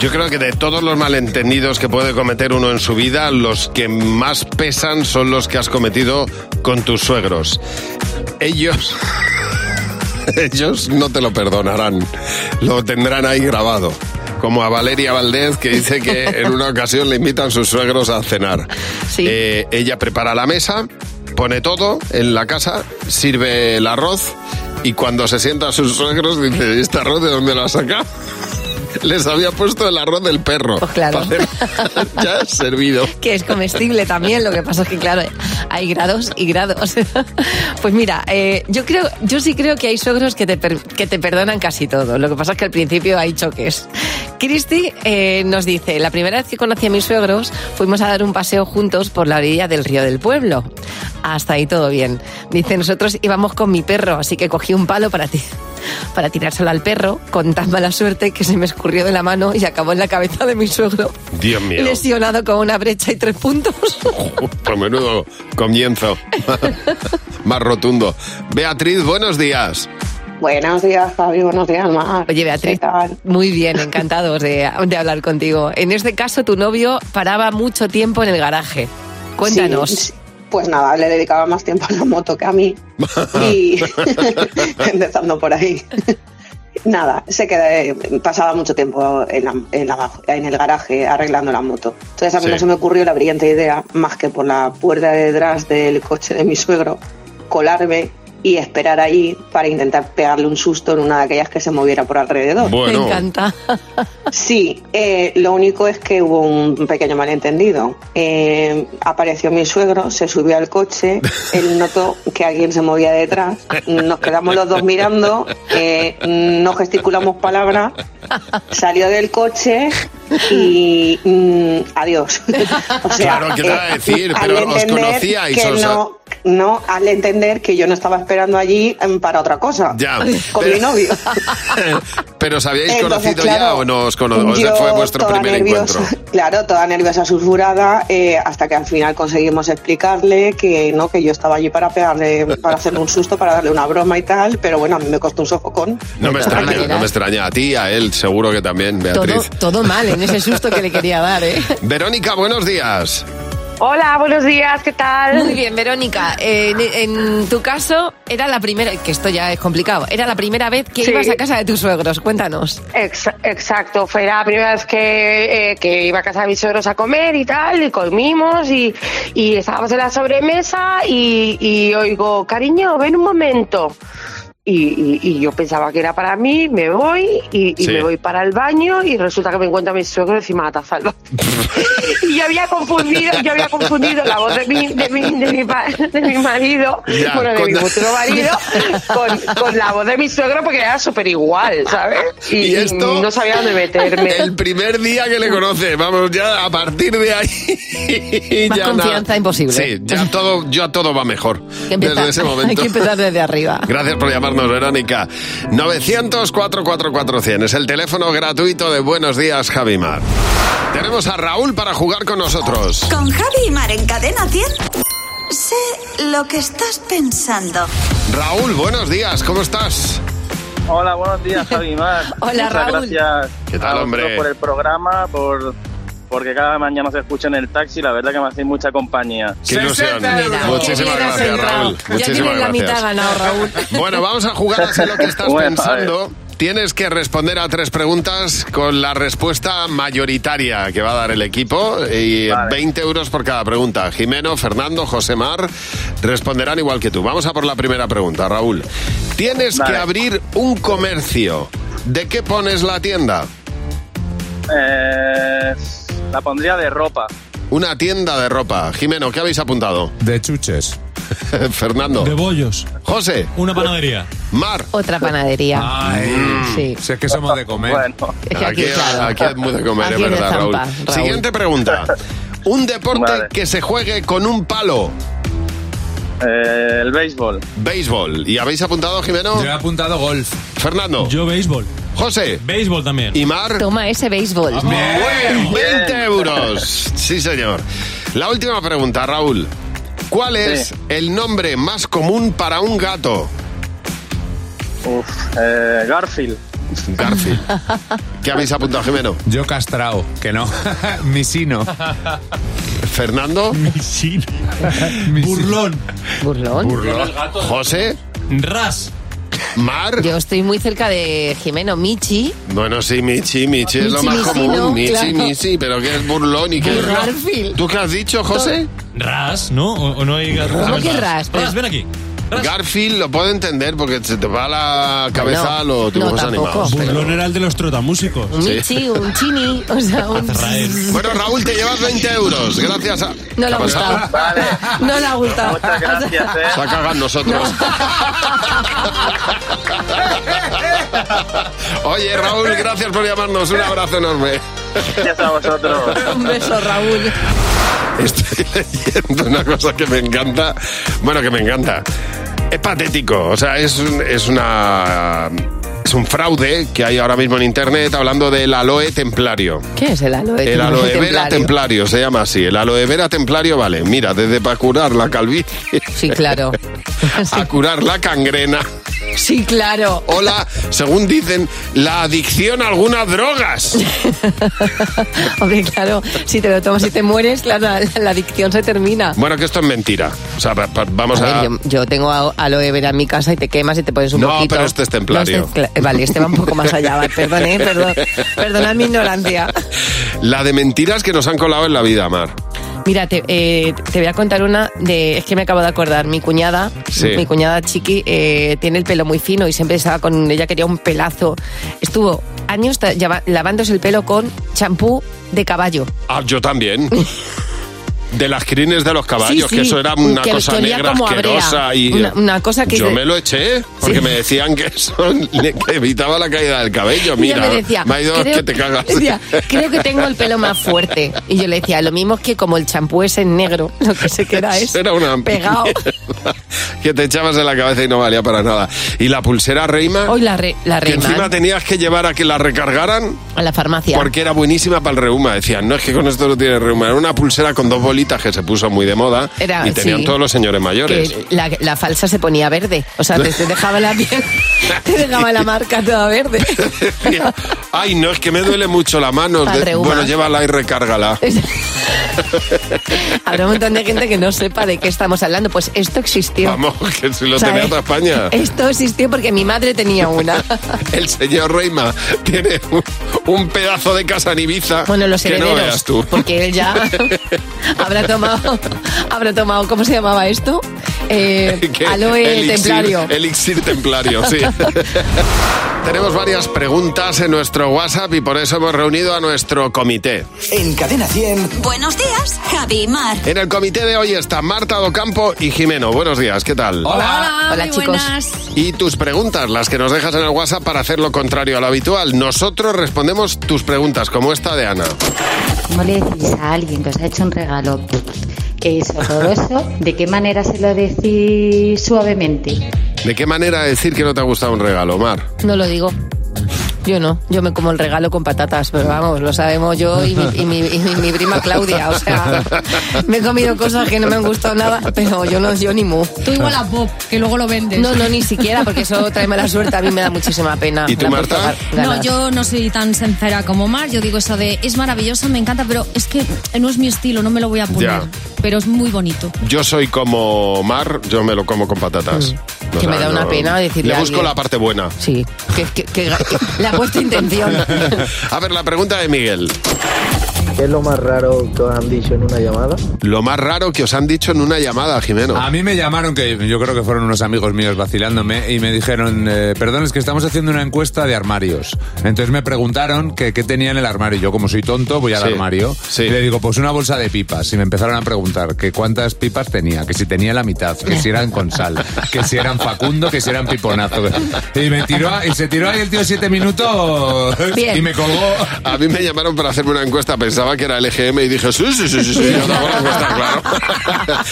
S3: Yo creo que de todos los malentendidos que puede cometer uno en su vida, los que más pesan son los que has cometido con tus suegros. Ellos. Ellos no te lo perdonarán. Lo tendrán ahí grabado. Como a Valeria Valdez, que dice que en una ocasión le invitan sus suegros a cenar. Eh, ella prepara la mesa, pone todo en la casa, sirve el arroz y cuando se sienta a sus suegros dice, "¿Y ¿este arroz de dónde lo ha sacado? Les había puesto el arroz del perro. Pues
S4: claro.
S3: ya servido.
S4: que es comestible también. Lo que pasa es que, claro, hay grados y grados. Pues mira, eh, yo creo, yo sí creo que hay suegros que te, per- que te perdonan casi todo. Lo que pasa es que al principio hay choques. Cristi eh, nos dice, la primera vez que conocí a mis suegros fuimos a dar un paseo juntos por la orilla del río del pueblo. Hasta ahí todo bien. Dice, nosotros íbamos con mi perro, así que cogí un palo para ti para tirárselo al perro, con tan mala suerte que se me escurrió de la mano y acabó en la cabeza de mi suegro
S3: Dios mío.
S4: lesionado con una brecha y tres puntos.
S3: Por menudo comienzo. Más rotundo. Beatriz, buenos días.
S21: Buenos días, Javi. Buenos días, Mar.
S4: Oye, Beatriz, muy bien, encantados de, de hablar contigo. En este caso, tu novio paraba mucho tiempo en el garaje. Cuéntanos.
S21: Sí, Pues nada, le dedicaba más tiempo a la moto que a mí. Y empezando por ahí. Nada, se quedé, pasaba mucho tiempo en, la- en la- en el garaje arreglando la moto. Entonces a mí
S22: Sí.
S21: no se me ocurrió la brillante idea, más que por la puerta de detrás del coche de mi suegro, colarme y esperar ahí para intentar pegarle un susto en una de aquellas que se moviera por alrededor.
S4: Me encanta.
S21: Sí, eh, lo único es que hubo un pequeño malentendido. Eh, apareció mi suegro, se subió al coche, él notó que alguien se movía detrás, nos quedamos los dos mirando, eh, no gesticulamos palabra, salió del coche y mm, adiós. O eh,
S3: Claro, ¿qué te iba a decir?
S21: al
S3: Pero os
S21: entender
S3: conocíais,
S21: que
S3: o sea-
S21: no, no, al entender que yo no estaba esperando allí em, para otra cosa,
S3: Ya.
S21: con mi
S3: Pero-
S21: novio.
S3: ¿Pero os habéis
S21: Entonces,
S3: conocido ya
S21: claro,
S3: o no os conocéis?
S21: yo
S3: Fue vuestro
S21: toda
S3: primer
S21: nerviosa,
S3: encuentro.
S21: Claro, toda nerviosa, susurrada, eh, hasta que al final conseguimos explicarle que no, que yo estaba allí para pegarle, para hacerle un susto, para darle una broma y tal, pero bueno, a mí me costó un sofocón.
S3: No me extraña, no me extraña. A ti, a él, seguro que también,
S4: Todo,
S3: Beatriz.
S4: todo mal en ese susto que le quería dar, ¿eh?
S3: Verónica, buenos días.
S4: Hola, buenos días, ¿qué tal? Muy bien, Verónica. eh, en, en tu caso, era la primera, que esto ya es complicado, era la primera vez que
S20: Sí.
S4: ibas a casa de tus suegros. Cuéntanos.
S20: Ex- Exacto, fue la primera vez que, eh, que iba a casa de mis suegros a comer y tal, y comimos y, y estábamos en la sobremesa y, y oigo, cariño, ven un momento. y, y- y yo pensaba que era para mí, me voy y, y
S5: Sí.
S20: me voy para el baño y resulta que me encuentra mi suegro encima de la taza del baño. y yo había confundido, yo había confundido la voz de mi, de mi, de mi, pa- de mi marido,
S5: Ya,
S20: bueno, de
S5: con-
S20: mi futuro marido, con, con la voz de mi suegro porque era súper igual, ¿sabes? Y,
S3: Y
S20: y
S3: esto-
S20: no sabía dónde meterme.
S3: El primer día que le conoce, vamos, ya a partir de ahí.
S4: Más
S3: ya
S4: confianza imposible.
S3: Sí, ya todo, ya todo va mejor.
S4: que empezar-
S3: Desde ese momento.
S4: Hay que empezar desde arriba.
S3: Gracias por llamarnos, Verónica. 900-444-100 es el teléfono gratuito de Buenos Días, Javimar. Tenemos a Raúl para jugar con nosotros.
S1: Con Javi y Mar en Cadena 100. Sé lo que estás pensando.
S3: Raúl, buenos días, ¿cómo estás?
S22: Hola, buenos días, Javi Mar.
S1: Hola,
S22: Muchas
S1: Raúl.
S22: gracias
S3: ¿Qué tal,
S22: a vosotros
S3: hombre?
S22: por el programa, por porque cada mañana se escucha en el taxi. La verdad que me hacéis mucha compañía.
S3: Qué ilusión. Muchísimas gracias, Raúl. Muchísimas gracias. Bueno, vamos a jugar a sé lo que estás
S22: Bueno, a
S3: pensando. Tienes que responder a tres preguntas con la respuesta mayoritaria que va a dar el equipo y 20 euros por cada pregunta. Jimeno, Fernando, José Mar responderán igual que tú. Vamos a por la primera pregunta, Raúl. Tienes que abrir un comercio. ¿De qué pones la tienda?
S22: Eh, la pondría de ropa.
S3: Una tienda de ropa. Jimeno, ¿qué habéis apuntado? De chuches. Fernando. De bollos. José. Una panadería. Mar.
S4: Otra panadería. Mm, Sí.
S3: Si es que somos de comer.
S4: Es que aquí,
S3: Mm. aquí,
S4: claro.
S3: aquí es muy de comer,
S4: Aquí
S3: es
S4: de
S3: verdad, Raúl.
S4: zampa, Raúl.
S3: Siguiente pregunta. Un deporte que se juegue con un palo.
S22: Eh, el béisbol.
S3: Béisbol. ¿Y habéis apuntado, Jimeno? Yo he apuntado golf. Fernando. Yo béisbol. José. Béisbol también. ¿Y Mar?
S4: Toma ese béisbol.
S3: Bien, 20 euros. Sí, señor. La última pregunta, Raúl. ¿Cuál
S22: Sí.
S3: es el nombre más común para un gato?
S22: Uf, eh, Garfield.
S3: Garfield. ¿Qué habéis apuntado, Jimeno?
S6: Yo castrao, que no. Misino.
S3: Fernando.
S6: Misino. Burlón.
S4: Burlón.
S3: José. Ras. Mar.
S4: Yo estoy muy cerca de Jimeno Michi.
S3: Bueno, sí, Michi, Michi es lo
S4: Michi,
S3: más
S4: Michi,
S3: común.
S4: no,
S3: Michi,
S4: claro.
S3: Michi, pero que es burlón y que
S4: Garfield.
S3: ¿Tú qué has dicho, José?
S23: Ras, ¿no? O, o no hay gas.
S3: ¿Cómo
S23: ¿sabes?
S3: que ras?
S23: Ras, ven aquí.
S3: Garfield lo puedo entender porque se te va la cabeza a los dibujos animados. pero-
S23: Burlón era el de los trotamúsicos.
S4: Un Michi, un Chini. O sea, un...
S3: Bueno, Raúl, te llevas 20 euros. Gracias a.
S4: No le ha
S3: ¿Qué pasa?
S4: gustado. No le ha gustado. Muchas gracias,
S3: Se ha cagado en nosotros. Oye, Raúl, gracias por llamarnos. Un abrazo enorme.
S22: Gracias a vosotros.
S4: Un beso, Raúl.
S3: Estoy leyendo una cosa que me encanta. Bueno, que me encanta. Es patético. O sea, es, un- es una. Es un fraude que hay ahora mismo en internet hablando del aloe templario.
S4: ¿Qué es el aloe?
S3: El aloe vera templario.
S4: templario?
S3: se llama así. El aloe vera templario, vale. Mira, desde para curar la calvicie.
S4: Sí, claro.
S3: a curar la cangrena.
S4: Sí, claro.
S3: Hola, según dicen, la adicción a algunas drogas.
S4: Hombre, claro, si te lo tomas y te mueres, claro, la, la adicción se termina.
S3: Bueno, que esto es mentira. O sea, pa- pa- vamos
S4: A ver,
S3: a.
S4: yo, yo tengo a- aloe vera en mi casa y te quemas y te pones un
S3: No,
S4: poquito.
S3: pero este es templario.
S4: No, este es cla- vale, este va un poco más allá. vale, Perdón, eh, perdón. Perdonad mi ignorancia.
S3: La de mentiras que nos han colado en la vida, Mar.
S4: Mira, te, eh, te voy a contar una de. Es que me acabo de acordar. Mi cuñada,
S3: Sí.
S4: mi cuñada Chiqui, eh, tiene el pelo muy fino y siempre estaba con. Ella quería un pelazo. Estuvo años ta- llava- lavándose el pelo con champú de caballo.
S3: Ah, yo también. De las crines de los caballos,
S4: Sí, sí,
S3: que eso era una
S4: que-
S3: cosa
S4: que olía
S3: negra,
S4: como a brea.
S3: asquerosa. Y
S4: Una- una cosa que-
S3: Yo me lo eché, porque me decían que eso le- que evitaba la caída del cabello.
S4: Y ella
S3: Mira,
S4: me decía,
S3: me ha ido
S4: creo-
S3: que te cagas.
S4: decía, creo que tengo el pelo más fuerte. Y yo le decía, lo mismo es que como el champú es en negro, lo que sé que era es
S3: Era una
S4: pegado.
S3: mierda que te echabas en la cabeza y no valía para nada. Y la pulsera Reima,
S4: Hoy la, re- la
S3: que encima
S4: Rayman
S3: tenías que llevar a que la recargaran
S4: a la farmacia.
S3: porque era buenísima para el reuma. Decían, no es que con esto no tiene reuma. Era una pulsera con dos bolitas que se puso muy de moda
S4: Era-
S3: y tenían
S4: sí.
S3: todos los señores mayores.
S4: Que la, la falsa se ponía verde. O sea, te, te dejaba la piel, te dejaba la marca toda verde.
S3: Ay, no, es que me duele mucho la mano.
S4: Para
S3: De-
S4: reuma.
S3: bueno, llévala y recárgala.
S4: Habrá un montón de gente que no sepa de qué estamos hablando. Pues esto existió.
S3: Vamos, que si lo
S4: O sea,
S3: tenía toda España.
S4: Esto existió porque mi madre tenía una.
S3: El señor Reima tiene un, un pedazo de casa en Ibiza
S4: Bueno, los
S3: que no
S4: herederos.
S3: veas tú.
S4: Porque él ya habrá tomado, habrá tomado, ¿cómo se llamaba esto? Eh,
S3: Que-
S4: aloe
S3: elixir-
S4: templario.
S3: Elixir templario, sí. Tenemos varias preguntas en nuestro WhatsApp y por eso hemos reunido a nuestro comité.
S2: En Cadena 100.
S1: Buenos días, Javi y Mar.
S3: En el comité de hoy está Marta Docampo y Jimeno. Buenos días, ¿qué tal?
S4: Hola,
S1: muy
S4: chicos.
S1: buenas.
S3: Y tus preguntas, las que nos dejas en el WhatsApp para hacer lo contrario a lo habitual. Nosotros respondemos tus preguntas, como esta de Ana.
S5: ¿Cómo le decís a alguien que os ha hecho un regalo que es horroroso? ¿De qué manera se lo decís suavemente?
S3: ¿De qué manera decir que no te ha gustado un regalo, Mar?
S4: No lo digo. Yo no, yo me como el regalo con patatas, pero vamos, lo sabemos yo y mi, y mi- y mi- mi prima Claudia, o sea, me he comido cosas que no me han gustado nada, pero yo no, yo ni mu.
S7: Tú igual a Bob, que luego lo vendes.
S4: No, no, ni siquiera, porque eso trae mala suerte, a mí me da muchísima pena.
S3: ¿Y tú,
S4: La
S3: Marta?
S4: puedo pagar
S7: No,
S4: ganas.
S7: yo no soy tan sincera como Mar. Yo digo eso de es maravilloso, me encanta, pero es que no es mi estilo, no me lo voy a
S4: Pues
S7: poner.
S3: Ya.
S7: Pero es muy bonito.
S3: Yo soy como Mar, yo me lo como con patatas. O
S4: que me
S3: sea,
S4: da
S3: Pues
S4: una
S3: no-
S4: pena Mm. decirle
S3: Le
S4: a
S3: busco
S4: alguien.
S3: la parte buena.
S4: Sí. Que, que- que- que le ha puesto intención.
S3: A ver, la pregunta de Miguel.
S8: ¿Qué es lo más raro que os han dicho en una llamada?
S3: Lo más raro que os han dicho en una llamada, Jimeno.
S6: A mí me llamaron, que yo creo que fueron unos amigos míos vacilándome, y me dijeron, eh, perdón, es que estamos haciendo una encuesta de armarios. Entonces me preguntaron que qué tenía en el armario. Yo, como soy tonto, voy al
S3: Sí,
S6: armario. Y le digo, pues una bolsa de pipas. Y me empezaron a preguntar que cuántas pipas tenía, que si tenía la mitad, que si eran con sal, que si eran facundo, que si eran piponazo. Y me tiró, a- y se tiró ahí el tío siete minutos
S3: Bien.
S6: y me colgó.
S3: A mí me llamaron para hacerme una encuesta, pensaba que era el EGM y dije, sí, sí, sí, sí, sí, yo te hago la encuesta, claro.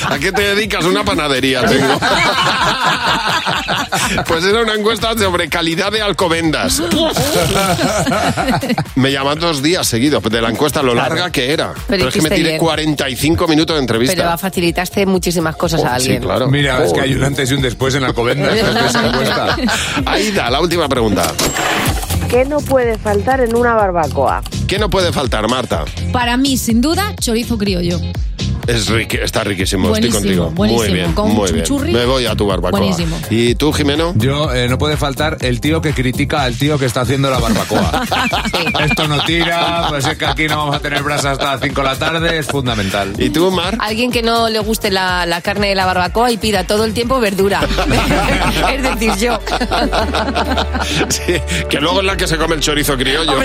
S3: ¿A qué te dedicas? Una panadería tengo. Pues era una encuesta sobre calidad de alcobendas. Me llaman dos días seguidos de la encuesta, lo
S4: Claro.
S3: larga que era. Pero, es que me
S4: hiciste
S3: tiré
S4: bien.
S3: 45 minutos de
S4: Pero
S3: entrevista. Oh,
S4: facilitaste muchísimas cosas a alguien.
S6: Mira, es que hay un antes y un después en Alcobendas. después de esa encuesta.
S3: Aida, la última pregunta.
S24: ¿Qué no puede faltar en una barbacoa?
S3: ¿Qué no puede faltar, Marta?
S7: Para mí, sin duda, chorizo criollo.
S3: Es riqui- está riquísimo,
S7: Buenísimo,
S3: estoy contigo.
S7: buenísimo.
S3: Muy bien,
S7: Con
S3: muy bien.
S7: chimichurri.
S3: Me voy a tu barbacoa.
S7: Buenísimo.
S3: ¿Y tú, Jimeno?
S6: Yo, eh, no puede faltar el tío que critica al tío que está haciendo la barbacoa. Esto no tira, pues es que aquí no vamos a tener brasa hasta las 5 de la tarde, es fundamental.
S3: ¿Y tú, Mar?
S4: Alguien que no le guste la, la carne de la barbacoa y pida todo el tiempo verdura. es decir, yo.
S3: Sí, que luego es la que se come el chorizo criollo.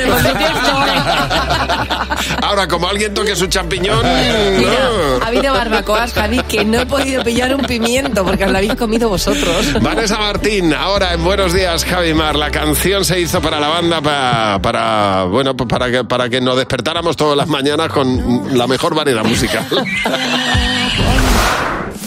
S3: Ahora, como alguien toque su champiñón. no.
S4: Ha habido barbacoas, Javi, que no he podido pillar un pimiento porque os lo habéis comido vosotros.
S3: Vanessa Martín, ahora en Buenos Días, Javi Mar. La canción se hizo para la banda, pa- para, bueno, pues para que, para que nos despertáramos todas las mañanas con la mejor variedad musical.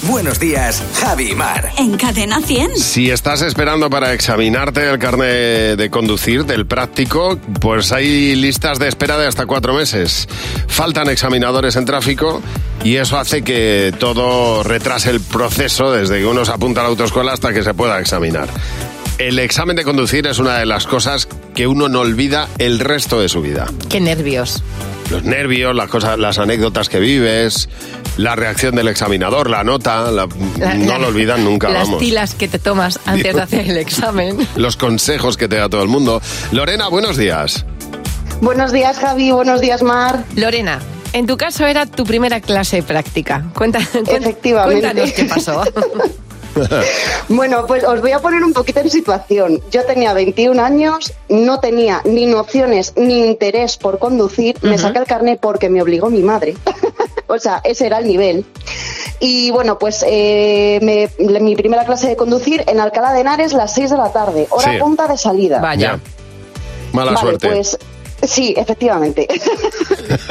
S2: Buenos días, Javi y Mar.
S1: En Cadena 100.
S3: Si estás esperando para examinarte el carnet de conducir del práctico, pues hay listas de espera de hasta cuatro meses. Faltan examinadores en tráfico y eso hace que todo retrase el proceso desde que uno se apunta a la autoescuela hasta que se pueda examinar. El examen de conducir es una de las cosas que uno no olvida el resto de su vida.
S4: Qué nervios.
S3: Los nervios, las cosas, las anécdotas que vives, la reacción del examinador, la nota, la-
S4: La-
S3: no
S4: la-
S3: lo olvidan nunca,
S4: Las
S3: vamos
S4: tilas que te tomas antes de hacer el examen.
S3: los consejos que te da todo el mundo. Lorena, buenos días.
S4: Buenos días, Javi. Buenos días, Mar. Lorena, en tu caso era tu primera clase práctica. Cuenta, cuenta-
S24: Efectivamente.
S4: Cuéntanos qué pasó.
S24: Bueno, pues os voy a poner un poquito en situación. Yo tenía 21 años, no tenía ni nociones ni interés por conducir. Me saqué el carnet porque me obligó mi madre. o sea, ese era el nivel. Y bueno, pues eh, me- la- mi primera clase de conducir en Alcalá de Henares, las 6 de la tarde, hora
S3: Sí.
S24: punta de salida.
S3: Ya. Mala
S24: vale,
S3: suerte.
S24: Pues sí, efectivamente.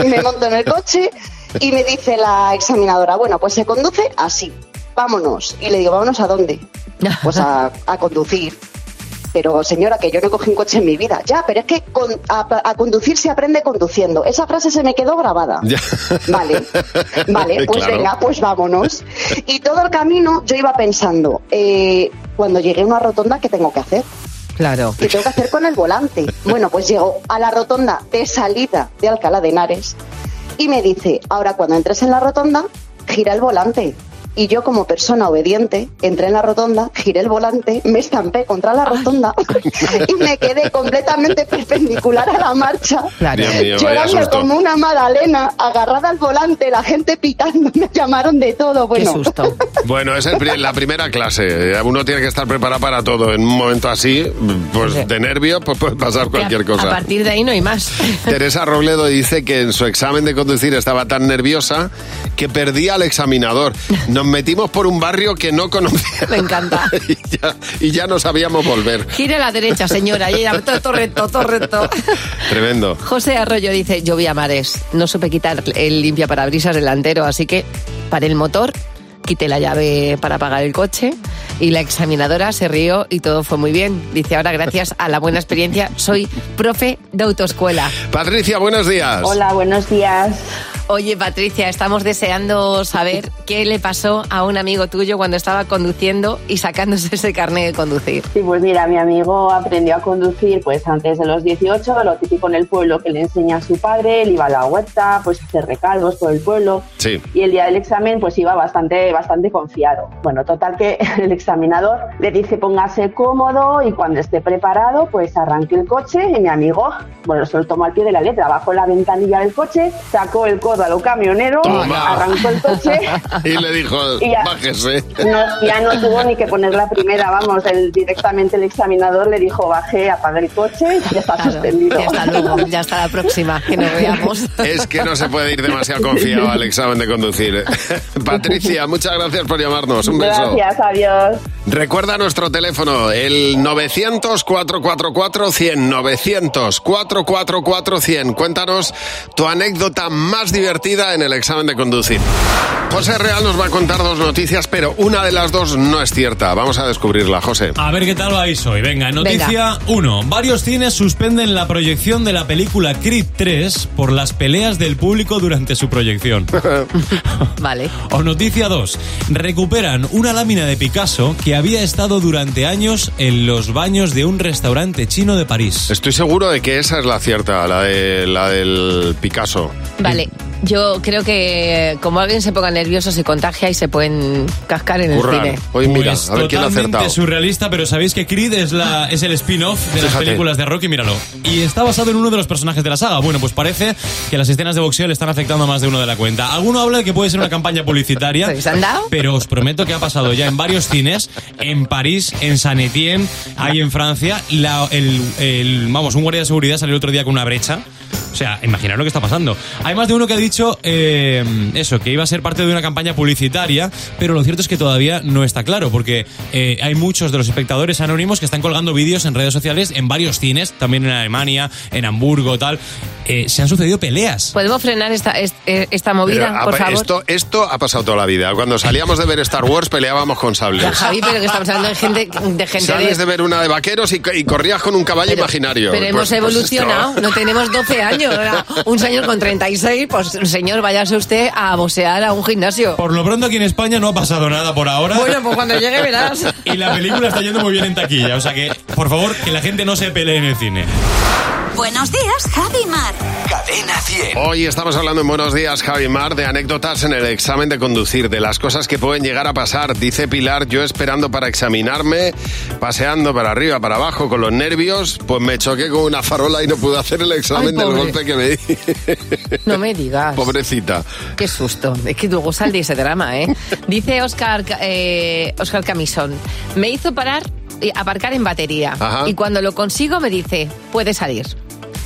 S24: me monto en el coche y me dice la examinadora, bueno, pues se conduce así, vámonos. Y le digo, vámonos a dónde? Pues a, a conducir. Pero señora, que yo no cogí un coche en mi vida. Ya, pero es que con- a, a conducir se aprende conduciendo. Esa frase se me quedó grabada. Vale, Vale, pues
S25: Claro.
S24: venga, pues vámonos. Y todo el camino yo iba pensando, eh, cuando llegué a una rotonda, ¿qué tengo que hacer?
S4: Claro.
S24: ¿Qué tengo que hacer con el volante? Bueno, pues llego a la rotonda de salida de Alcalá de Henares y me dice, ahora cuando entres en la rotonda, gira el volante. y yo como persona obediente entré en la rotonda, giré el volante, me estampé contra la rotonda y me quedé completamente perpendicular a la marcha,
S3: Claro. Dios mío, vaya
S24: llorando
S3: susto.
S24: como una magdalena, agarrada al volante, la gente pitando, me llamaron de todo, bueno.
S3: Bueno, es el pri- la primera clase. Uno tiene que estar preparado para todo. En un momento así, pues de nervio, pues puede pasar cualquier
S4: A
S3: cosa.
S4: partir de ahí no hay más.
S3: Teresa Robledo dice que en su examen de conducir estaba tan nerviosa que perdía al examinador. Nos metimos por un barrio que no conocía.
S4: Me encanta.
S3: y, ya, y ya no sabíamos volver.
S4: Gire a la derecha, señora. Y ella, todo, todo recto, todo recto.
S3: Tremendo.
S4: José Arroyo dice, yo vi a mares. No supe quitar el limpiaparabrisas delantero, así que paré el motor, quité la llave para apagar el coche y la examinadora se rió y todo fue muy bien. Dice, ahora gracias a la buena experiencia soy profe de autoescuela.
S3: Patricia, buenos días.
S4: buenos días. Oye, Patricia, estamos deseando saber qué le pasó a un amigo tuyo cuando estaba conduciendo y sacándose ese carnet de conducir.
S9: Sí, pues mira, mi amigo aprendió a conducir pues antes de los 18, lo típico en el pueblo que le enseña a su padre, él iba a la huerta, pues a hacer recargos por el pueblo.
S3: Sí.
S9: Y el día del examen pues iba bastante, bastante confiado. Bueno, total que el examinador le dice póngase cómodo y cuando esté preparado pues arranque el coche y mi amigo, bueno, se lo tomó al pie de la letra, bajó la ventanilla del coche, sacó el codo a lo camionero,
S3: Toma.
S9: arrancó el coche
S3: Y le dijo,
S9: Y ya.
S3: bájese.
S9: no, ya no tuvo ni que poner la primera, vamos, el, directamente el examinador le dijo bajé, apague el coche y ya está suspendido.
S4: Ya está luego, ya está la próxima, que nos veamos.
S3: Es que no se puede ir demasiado confiado al examen de conducir. Patricia, muchas gracias por llamarnos. Un beso.
S9: Gracias, adiós.
S3: Recuerda nuestro teléfono, el 900-444-100, 900-444-100. Cuéntanos tu anécdota más divertida en el examen de conducir. José Real nos va a contar dos noticias, pero una de las dos no es cierta. Vamos a descubrirla, José.
S23: A ver qué tal vais hoy. Venga,
S3: Venga.
S23: noticia 1. Varios cines suspenden la proyección de la película Creed 3 por las peleas del público durante su proyección.
S4: vale.
S23: O noticia 2. Recuperan una lámina de Picasso que había estado durante años en los baños de un restaurante chino de París.
S3: Estoy seguro de que esa es la cierta, la, de, la del Picasso.
S4: Vale, yo creo que eh, como alguien se ponga nervioso, se contagia y se pueden cascar en el
S3: Currar.
S4: cine.
S3: Hoy mira,
S23: Pues
S3: a ver quién lo ha
S23: totalmente
S3: acertado.
S23: surrealista, pero sabéis que Creed es, la, es el spin-off de las
S3: Fíjate.
S23: películas de Rocky, míralo. Y está basado en uno de los personajes de la saga. Bueno, pues parece que las escenas de boxeo le están afectando a más de uno de la cuenta. Alguno habla de que puede ser una campaña publicitaria.
S4: ¿Se han dado?
S23: Pero os prometo que ha pasado ya en varios cines, en París, en San Etienne, ahí en Francia. La- el, el- vamos, un guardia de seguridad salió el otro día con una brecha. O sea, imaginar lo que está pasando. Hay más de uno que ha dicho eh, eso, que iba a ser parte de una campaña publicitaria, pero lo cierto es que todavía no está claro, porque eh, hay muchos de los espectadores anónimos que están colgando vídeos en redes sociales en varios cines, también en Alemania, en Hamburgo, tal. Eh, se han sucedido peleas.
S4: ¿Podemos frenar esta, est- eh, esta
S3: Pero,
S4: movida,
S3: ah,
S4: por
S3: pa-
S4: favor?
S3: esto, esto ha pasado toda la vida. Cuando salíamos de ver Star Wars peleábamos con sables.
S4: Javi, pero que estamos hablando de gente, de gente
S3: Sales de ver una de vaqueros y, y corrías con un caballo imaginario.
S4: Pero hemos
S3: Pues- pues
S4: evolucionado,
S3: esto-
S4: no tenemos 12 años. ahora un señor con 36, pues señor, váyase usted a bosear a un gimnasio.
S23: Por lo pronto aquí en España no ha pasado nada por ahora.
S4: Bueno, pues cuando llegue verás.
S23: Y la película está yendo muy bien en taquilla, o sea que, por favor, que la gente no se pelee en el cine.
S1: Buenos días, Javi y Mar. Cadena 100.
S3: Hoy estamos hablando en Buenos Días, Javi Mar, de anécdotas en el examen de conducir, de las cosas que pueden llegar a pasar. Dice Pilar, yo esperando para examinarme, paseando para arriba, para abajo, con los nervios, pues me choqué con una farola y no pude hacer el examen del
S4: pobre.
S3: golpe que me di.
S4: No me digas.
S3: Pobrecita.
S4: Qué susto. Es que luego sale ese drama, ¿eh? Dice Oscar, eh, Oscar Camisón, me hizo parar y aparcar en batería.
S3: Ajá.
S4: Y cuando lo consigo me dice, puede salir.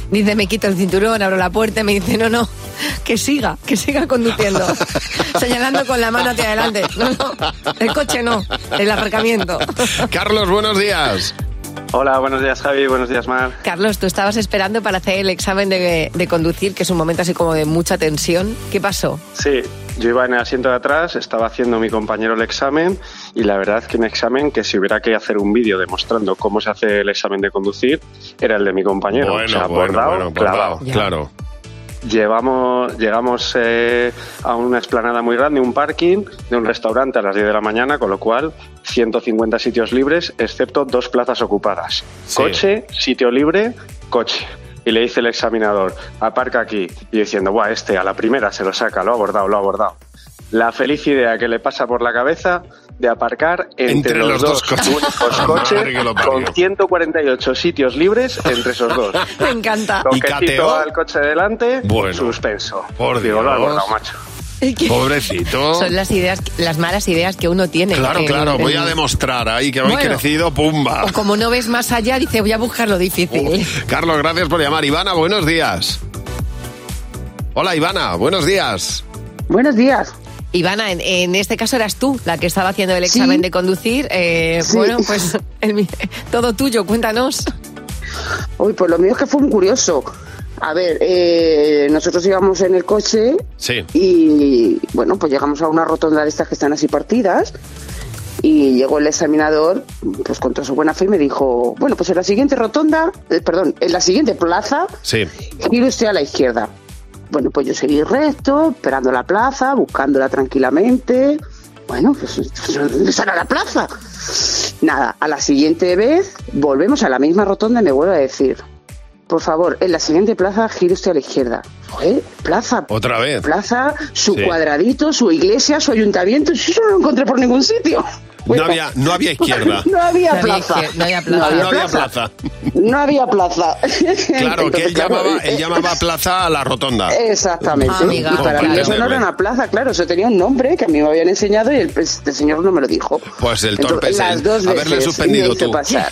S4: Dice, me quito el cinturón, abro la puerta y me dice, no, no, que siga, que siga conduciendo. Señalando con la mano hacia adelante. No, no, el coche no, el aparcamiento.
S3: Carlos, buenos días.
S10: Hola, buenos días Javi, buenos días Mar.
S4: Carlos, tú estabas esperando para hacer el examen de, de conducir, que es un momento así como de mucha tensión. ¿Qué pasó?
S10: Sí, yo iba en el asiento de atrás, estaba haciendo mi compañero el examen y la verdad que un examen que si hubiera que hacer un vídeo demostrando cómo se hace el examen de conducir era el de mi compañero.
S3: Bueno,
S10: o sea,
S3: bueno,
S10: bordado,
S3: bueno,
S10: clavado.
S3: bordado, claro.
S10: Llevamos, llegamos eh, a una explanada muy grande, un parking de un restaurante a las 10 de la mañana, con lo cual 150 sitios libres, excepto dos plazas ocupadas. Coche, sitio libre, coche. Y le dice el examinador, aparca aquí. Y diciendo, guau, este a la primera se lo saca, lo ha abordado, lo ha abordado. la feliz idea que le pasa por la cabeza de aparcar entre,
S3: Entre los dos coches.
S10: únicos coches
S3: Madre que lo parió.
S10: con 148 sitios libres entre esos dos.
S1: Me
S4: Ah.
S1: encanta.
S10: Toquecito al coche delante, suspenso.
S3: Por
S10: Digo, lo ha
S3: Dios.
S10: guardado, macho.
S3: Pobrecito.
S4: Son las ideas, las malas ideas que uno tiene.
S3: Claro,
S4: Eh,
S3: claro, voy
S4: eh,
S3: a demostrar ahí que habéis
S4: Bueno.
S3: crecido, pumba.
S4: O como no ves más allá, dice, voy a buscar lo difícil.
S3: Carlos, gracias por llamar. Ivana, buenos días. Hola, Ivana, buenos días.
S4: Buenos días. Ivana, en, en este caso eras tú la que estaba haciendo el examen de conducir. Eh,
S20: Sí.
S4: Bueno, pues el mi- todo tuyo, cuéntanos.
S20: Uy, pues lo mío es que fue muy curioso. A ver, eh, nosotros íbamos en el coche
S3: Sí.
S20: y bueno, pues llegamos a una rotonda de estas que están así partidas y llegó el examinador, pues con toda su buena fe y me dijo, bueno, pues en la siguiente rotonda, eh, perdón, en la siguiente plaza
S3: Sí.
S20: gire usted a la izquierda. Bueno, pues yo seguí recto, esperando la plaza, buscándola tranquilamente. Bueno, pues ¿dónde estará la plaza? Nada, a la siguiente vez volvemos a la misma rotonda y me vuelvo a decir, por favor, en la siguiente plaza gire usted a la izquierda. Joder, plaza.
S3: Otra vez.
S20: Plaza, su
S3: Sí.
S20: cuadradito, su iglesia, su ayuntamiento, yo no lo encontré por ningún sitio.
S3: No había, no había izquierda.
S20: pues, No había
S4: No había
S20: plaza.
S4: izquier- no había
S3: No había,
S20: plaza.
S3: plaza.
S20: No había plaza.
S3: Claro, que él
S20: Entonces, claro,
S3: llamaba, él
S20: eh,
S3: llamaba plaza a la rotonda.
S20: Exactamente.
S3: Ah, Amiga,
S20: y para mí
S3: claro.
S20: eso no era una plaza, claro, eso tenía un nombre que a mí me habían enseñado y el, este señor no me lo dijo.
S3: Pues el
S20: Entonces,
S3: torpe es
S20: las
S3: él.
S20: dos veces
S3: Haberle
S20: y
S3: suspendido
S20: me hizo
S3: tú.
S20: pasar.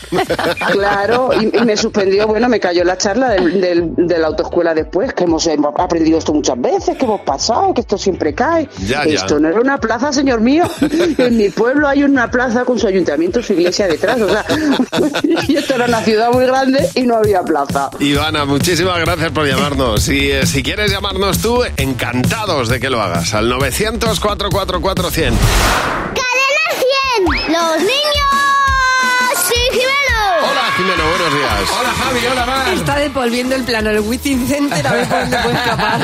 S20: Claro, y, y me suspendió, bueno, me cayó la charla del, del- de la autoescuela después, que hemos hemos aprendido esto muchas veces, que hemos pasado, que esto siempre cae.
S3: Ya, ya.
S20: esto no era una plaza, señor mío. En mi pueblo hay una plaza con su ayuntamiento, su iglesia detrás. O sea, y esto era una ciudad muy grande y no había plaza.
S3: Ivana, muchísimas gracias por llamarnos. Si, eh, si quieres llamarnos tú, encantados de que lo hagas. Al 900 444 100.
S11: ¡Cadena 100! ¡Los niños! ¡Sí, Jimeno!
S3: Hola, Jimeno, buenos días.
S6: Hola,
S4: Ah,
S6: Javi, hola, Mar.
S4: Está devolviendo el plano el Within Center a ver por dónde puede escapar.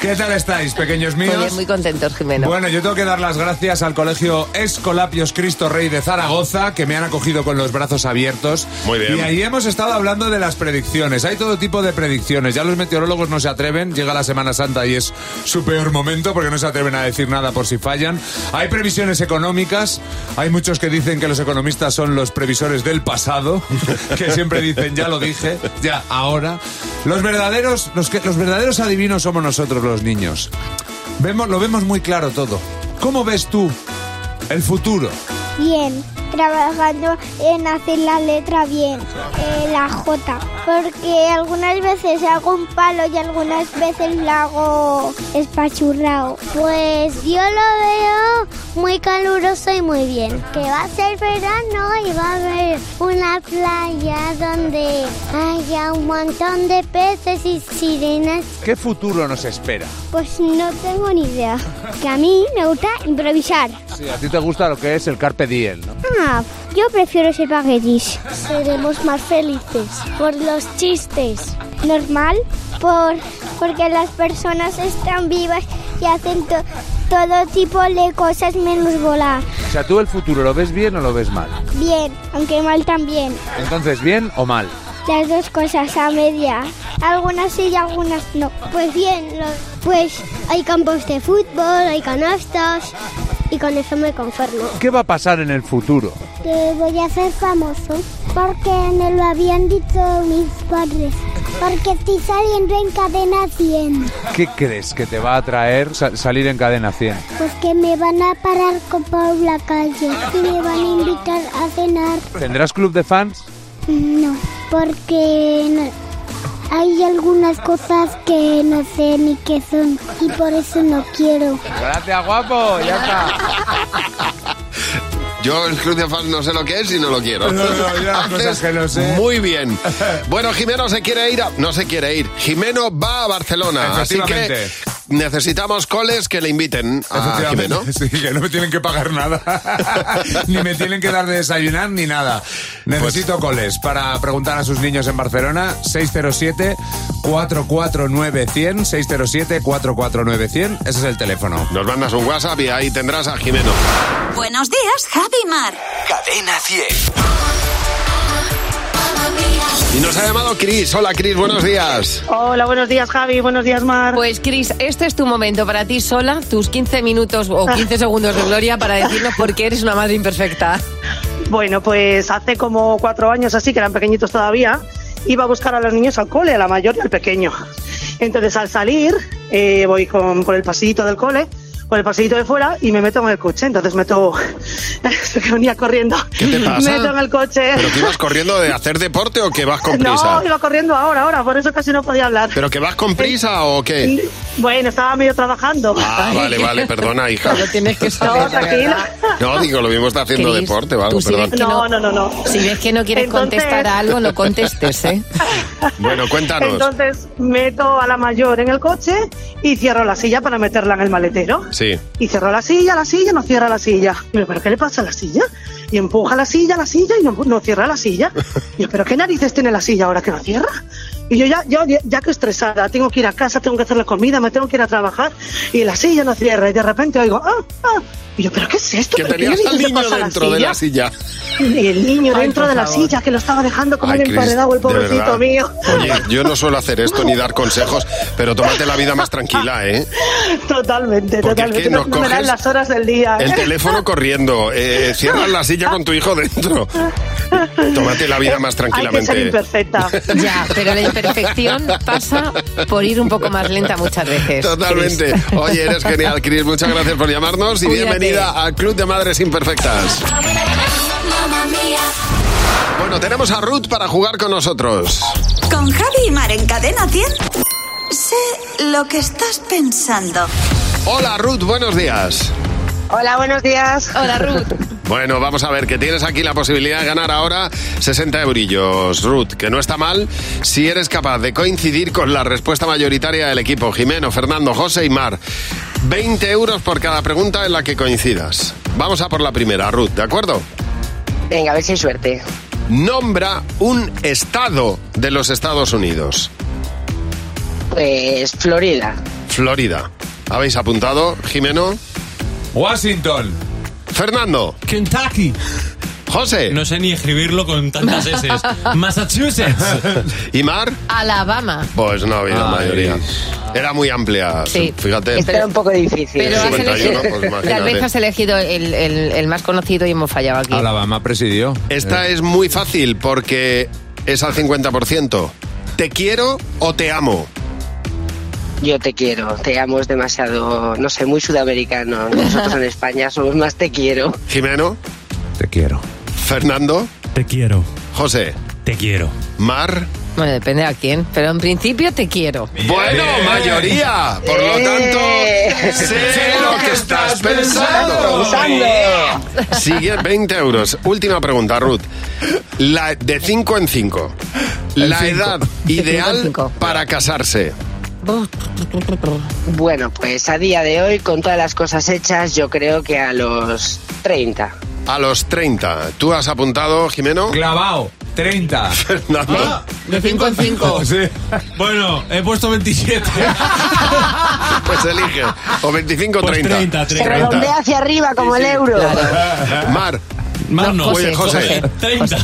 S6: ¿Qué tal estáis, pequeños
S4: Muy, Pues bien,
S6: míos?
S4: muy contentos, Jimeno.
S6: Bueno, yo tengo que dar las gracias al colegio Escolapios Cristo Rey de Zaragoza, que me han acogido con los brazos abiertos.
S3: Muy bien.
S6: Y ahí hemos estado hablando de las predicciones. Hay todo tipo de predicciones. Ya los meteorólogos no se atreven. Llega la Semana Santa y es su peor momento porque no se atreven a decir nada por si fallan. Hay previsiones económicas. Hay muchos que dicen que los economistas son los previsores del pasado, que siempre dicen, ya lo dije, ya, ahora. Los verdaderos, los, que, los verdaderos adivinos somos nosotros los niños. Vemos, lo vemos muy claro todo. ¿Cómo ves tú el futuro?
S11: Bien, trabajando en hacer la letra bien, eh, la J, porque algunas veces hago un palo y algunas veces la hago espachurrao. Pues yo lo veo muy caluroso y muy bien. Que va a ser verano y va a haber una playa donde haya un montón de peces y sirenas.
S6: ¿Qué futuro nos espera?
S11: Pues no tengo ni idea. Que a mí me gusta improvisar.
S6: Sí, a ti te gusta lo que es el Carpe Diem, ¿no?
S11: Ah, yo prefiero ser espaguetis. Seremos más felices por los chistes. Normal, por porque las personas están vivas y hacen to- todo tipo de cosas menos volar.
S6: O sea, ¿tú el futuro lo ves bien o lo ves mal?
S11: Bien, aunque mal también.
S6: Entonces, ¿bien o mal?
S11: Las dos cosas a media. Algunas sí y algunas no. Pues bien, lo- pues hay campos de fútbol, hay canastas y con eso me conformo.
S6: ¿Qué va a pasar en el futuro?
S11: que voy a ser famoso porque me lo habían dicho mis padres. Porque estoy saliendo en cadena 100.
S6: ¿Qué crees que te va a traer sa- salir en cadena 100?
S11: Pues que me van a parar con por la calle y me van a invitar a cenar.
S6: ¿Tendrás club de fans?
S11: No, porque no- hay algunas cosas que no sé ni qué son y por eso no quiero.
S6: Gracias, guapo. Ya está.
S3: Yo el Club de Fans no sé lo que es y no lo quiero.
S6: No, no, ya, cosas
S3: Haces
S6: que no sé.
S3: Muy bien. Bueno, Jimeno se quiere ir a... No se quiere ir. Jimeno va a Barcelona. Así que
S6: Efectivamente.
S3: necesitamos coles que le inviten a Ah, Jimeno.
S6: Sí, que no me tienen que pagar nada. ni me tienen que dar de desayunar ni nada.
S3: Pues
S6: Necesito coles para preguntar a sus niños en Barcelona. 607 449 100 607 449 100 Ese es el teléfono.
S3: Nos mandas un WhatsApp y ahí tendrás a Jimeno.
S1: Buenos días, Javi Mar.
S2: Cadena 100.
S3: Y nos ha llamado Cris. Hola Cris, buenos días.
S4: Hola, buenos días Javi, buenos días Mar. Pues Cris, este es tu momento para ti sola, tus 15 minutos o 15 segundos de gloria para decirnos por qué eres una madre imperfecta.
S12: Bueno, pues hace como cuatro años así, que eran pequeñitos todavía, iba a buscar a los niños al cole, a la mayor y al pequeño. Entonces al salir, eh, voy con, por el pasillito del cole, por el pasillito de fuera y me meto en el coche. Entonces meto... que venía corriendo.
S3: ¿Qué te pasa?
S12: Meto en el coche.
S3: ¿Pero que ibas corriendo de hacer deporte o que vas con prisa?
S12: No, iba corriendo ahora, ahora, por eso casi no podía hablar.
S3: ¿Pero que vas con prisa o qué?
S12: Bueno, estaba medio trabajando.
S3: Eh. Ah, vale, vale, perdona, hija.
S4: tienes que
S12: No, tranquila.
S3: No, digo, lo mismo está haciendo
S4: Cris,
S3: deporte o algo,
S4: tú sí
S3: perdón.
S4: que
S12: No, no, no, no.
S4: Si ves que no quieres
S12: Entonces-
S4: contestar a algo, no contestes, ¿eh?
S3: Bueno, cuéntanos.
S12: Entonces meto a la mayor en el coche y cierro la silla para meterla en el maletero.
S3: Sí.
S12: Y cierro la silla, la silla, no cierra la silla. Digo, ¿pero qué le pasa a la silla? Y empuja la silla, la silla y no, no cierra la silla. Yo, ¿pero qué narices tiene la silla ahora que no cierra? Y yo ya, yo ya- ya que estresada, tengo que ir a casa, tengo que hacer la comida, me tengo que ir a trabajar y la silla no cierra. Y de repente oigo, ah, ah. Y yo, ¿pero qué es esto?
S3: Que
S12: ¿Pero qué
S3: tenías al
S12: narices le
S3: niño
S12: pasa a la
S3: dentro de la silla.
S12: Y el niño
S3: Ay,
S12: dentro
S3: por
S12: de la
S3: favor.
S12: silla que lo estaba dejando como
S3: Ay,
S12: un
S3: Cris,
S12: emparedado, el
S3: de verdad.
S12: pobrecito mío.
S3: Oye, yo no suelo hacer esto ni dar consejos, pero tómate la vida más tranquila, ¿eh?
S12: Totalmente,
S3: Porque es
S12: totalmente.
S3: que
S12: no,
S3: nos
S12: no me
S3: coges
S12: dan las horas del día.
S3: El teléfono corriendo, eh, cierras la silla con tu hijo dentro. Tómate la vida más tranquilamente.
S12: imperfecta.
S4: Ya, pero la imperfección pasa por ir un poco más lenta muchas veces.
S3: Totalmente.
S4: Cris.
S3: Oye, eres genial, Cris. Muchas gracias por llamarnos y
S4: Cuídate.
S3: bienvenida al Club de Madres Imperfectas. Bueno, tenemos a Ruth para jugar con nosotros.
S1: Con Javi y Mar en Cadena 100. Sé lo que estás pensando.
S3: Hola, Ruth, buenos días.
S1: Hola, buenos días.
S4: Hola, Ruth.
S3: Bueno, vamos a ver, que tienes aquí la posibilidad de ganar ahora 60 eurillos, Ruth, que no está mal si eres capaz de coincidir con la respuesta mayoritaria del equipo, Jimeno, Fernando, José y Mar. 20 euros por cada pregunta en la que coincidas. Vamos a por la primera, Ruth, ¿de acuerdo?
S24: Venga, a ver si hay suerte.
S3: Nombra un estado de los Estados Unidos.
S24: Pues Florida.
S3: Florida. ¿Habéis apuntado, Jimeno?
S6: Washington.
S3: Fernando.
S23: Kentucky.
S3: José.
S23: No sé ni escribirlo con tantas S. Massachusetts.
S3: ¿Y Mar?
S4: Alabama.
S3: Pues no ha habido
S6: Ay.
S3: mayoría. Era muy amplia,
S4: Sí.
S3: fíjate.
S4: Era un
S24: poco difícil.
S4: Pero has
S3: 51,
S4: elegido,
S3: pues imagínate.
S4: tal vez has elegido el, el- el más conocido y hemos fallado aquí.
S6: Alabama presidió.
S3: Esta
S23: Eh.
S3: es muy fácil porque es al 50%. ¿Te quiero o te amo?
S24: Yo te quiero, te amo es demasiado, no sé, muy sudamericano. Nosotros en España somos más te quiero.
S3: Jimeno.
S6: Te quiero.
S3: Fernando.
S23: Te quiero.
S3: José.
S23: Te quiero.
S3: Mar.
S4: Bueno, depende a quién, pero en principio te quiero.
S3: Bueno, mayoría. Por
S4: Eh.
S3: lo tanto, sé lo que estás pensando. Sigue 20 euros. Última pregunta, Ruth. La de 5 en 5.
S24: El
S3: La
S24: cinco.
S3: edad
S24: De cinco en
S3: ideal
S24: cinco.
S3: para casarse.
S24: Bueno, pues a día de hoy, con todas las cosas hechas, yo creo que a los 30.
S3: A los 30. ¿Tú has apuntado, Jimeno?
S6: Clavao. 30.
S3: Fernando.
S4: De 5 en 5.
S23: Bueno, he puesto 27.
S3: Pues elige. O 25 o
S23: Pues
S3: 30.
S23: 30,
S24: Se redondea hacia arriba como el euro.
S3: Mar.
S23: Mar no.
S3: Oye, José.
S23: José. 30.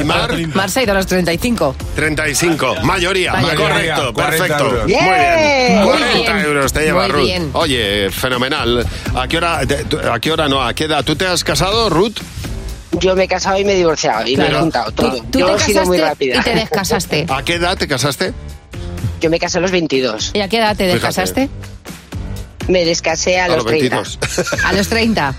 S3: Y Mar,
S4: Marsa ha ido a los 35.
S3: 35. Mayoría.
S4: Mayoría.
S3: Correcto.
S6: 40
S3: Perfecto.
S6: euros.
S3: Muy bien.
S4: Muy
S3: 40
S4: bien.
S3: euros te lleva
S4: Muy
S3: Ruth.
S4: bien.
S3: Oye, fenomenal. ¿A qué hora, te- tú- a qué hora no? ¿A qué edad? ¿Tú te has casado, Ruth?
S24: Yo me he casado y me he divorciado y me
S3: Claro.
S24: he juntado todo.
S4: Tú
S24: yo
S4: te
S24: he sido muy
S4: casaste
S24: rápida.
S4: y te descasaste.
S3: ¿A qué edad te casaste?
S24: Yo me casé a los 22.
S4: ¿Y a qué edad te descasaste?
S24: Me descasé a, los 30.
S4: A los 30.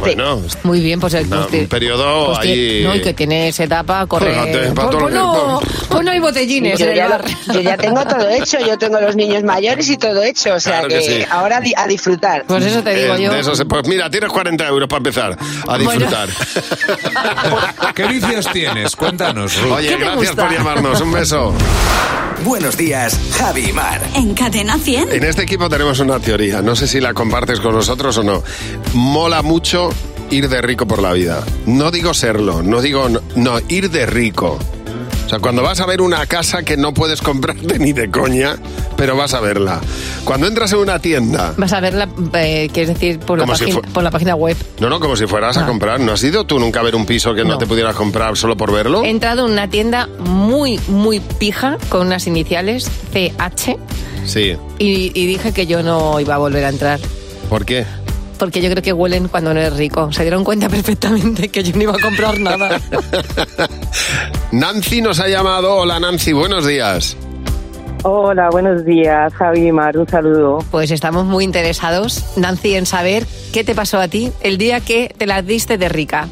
S3: Bueno,
S4: Muy bien, pues el
S3: no,
S4: pues te-
S3: un periodo
S4: pues te-
S3: ahí.
S4: No, y que tienes etapa,
S3: Fíjate,
S4: corre.
S3: para todo lo
S4: Pues
S3: que-
S4: no, pues no hay botellines
S24: Yo
S4: en el
S24: ya,
S4: bar.
S24: lo- yo ya tengo todo hecho, yo tengo los niños mayores y todo hecho, o sea
S3: Claro
S24: que,
S3: que sí.
S24: ahora di- a disfrutar.
S4: Pues eso te digo
S3: Eh,
S4: yo.
S3: de eso se- pues mira, tienes 40 euros para empezar a disfrutar.
S6: ¿Qué vicios tienes? Cuéntanos, Ruth.
S3: Oye, gracias por llamarnos. Un beso.
S2: Buenos días, Javi y Mar.
S1: En Cadena 100.
S3: En este equipo tenemos una teoría, no sé si la compartes con nosotros o no. Mola mucho ir de rico por la vida. No digo serlo, no digo no, no, ir de rico. O sea, cuando vas a ver una casa que no puedes comprarte ni de coña, pero vas a verla. Cuando entras en una tienda,
S4: Vas a verla, eh, quieres decir, por la,
S3: Como si
S4: página,
S3: fu-
S4: por la página web.
S3: no, no, como si fueras a comprar. ¿No has ido tú nunca a ver un piso que no, te pudieras comprar solo por verlo?
S4: He entrado en una tienda muy, muy pija con unas iniciales CH
S3: Sí.
S4: y, y dije que yo no iba a volver a entrar.
S3: ¿Por qué?
S4: Porque yo creo que huelen cuando no eres rico. Se dieron cuenta perfectamente que yo no iba a comprar nada.
S3: Nancy nos ha llamado. Hola Nancy, buenos días.
S13: Hola, buenos días, Javi y Mar, un saludo.
S4: Pues estamos muy interesados, Nancy, en saber qué te pasó a ti el día que te las diste de rica.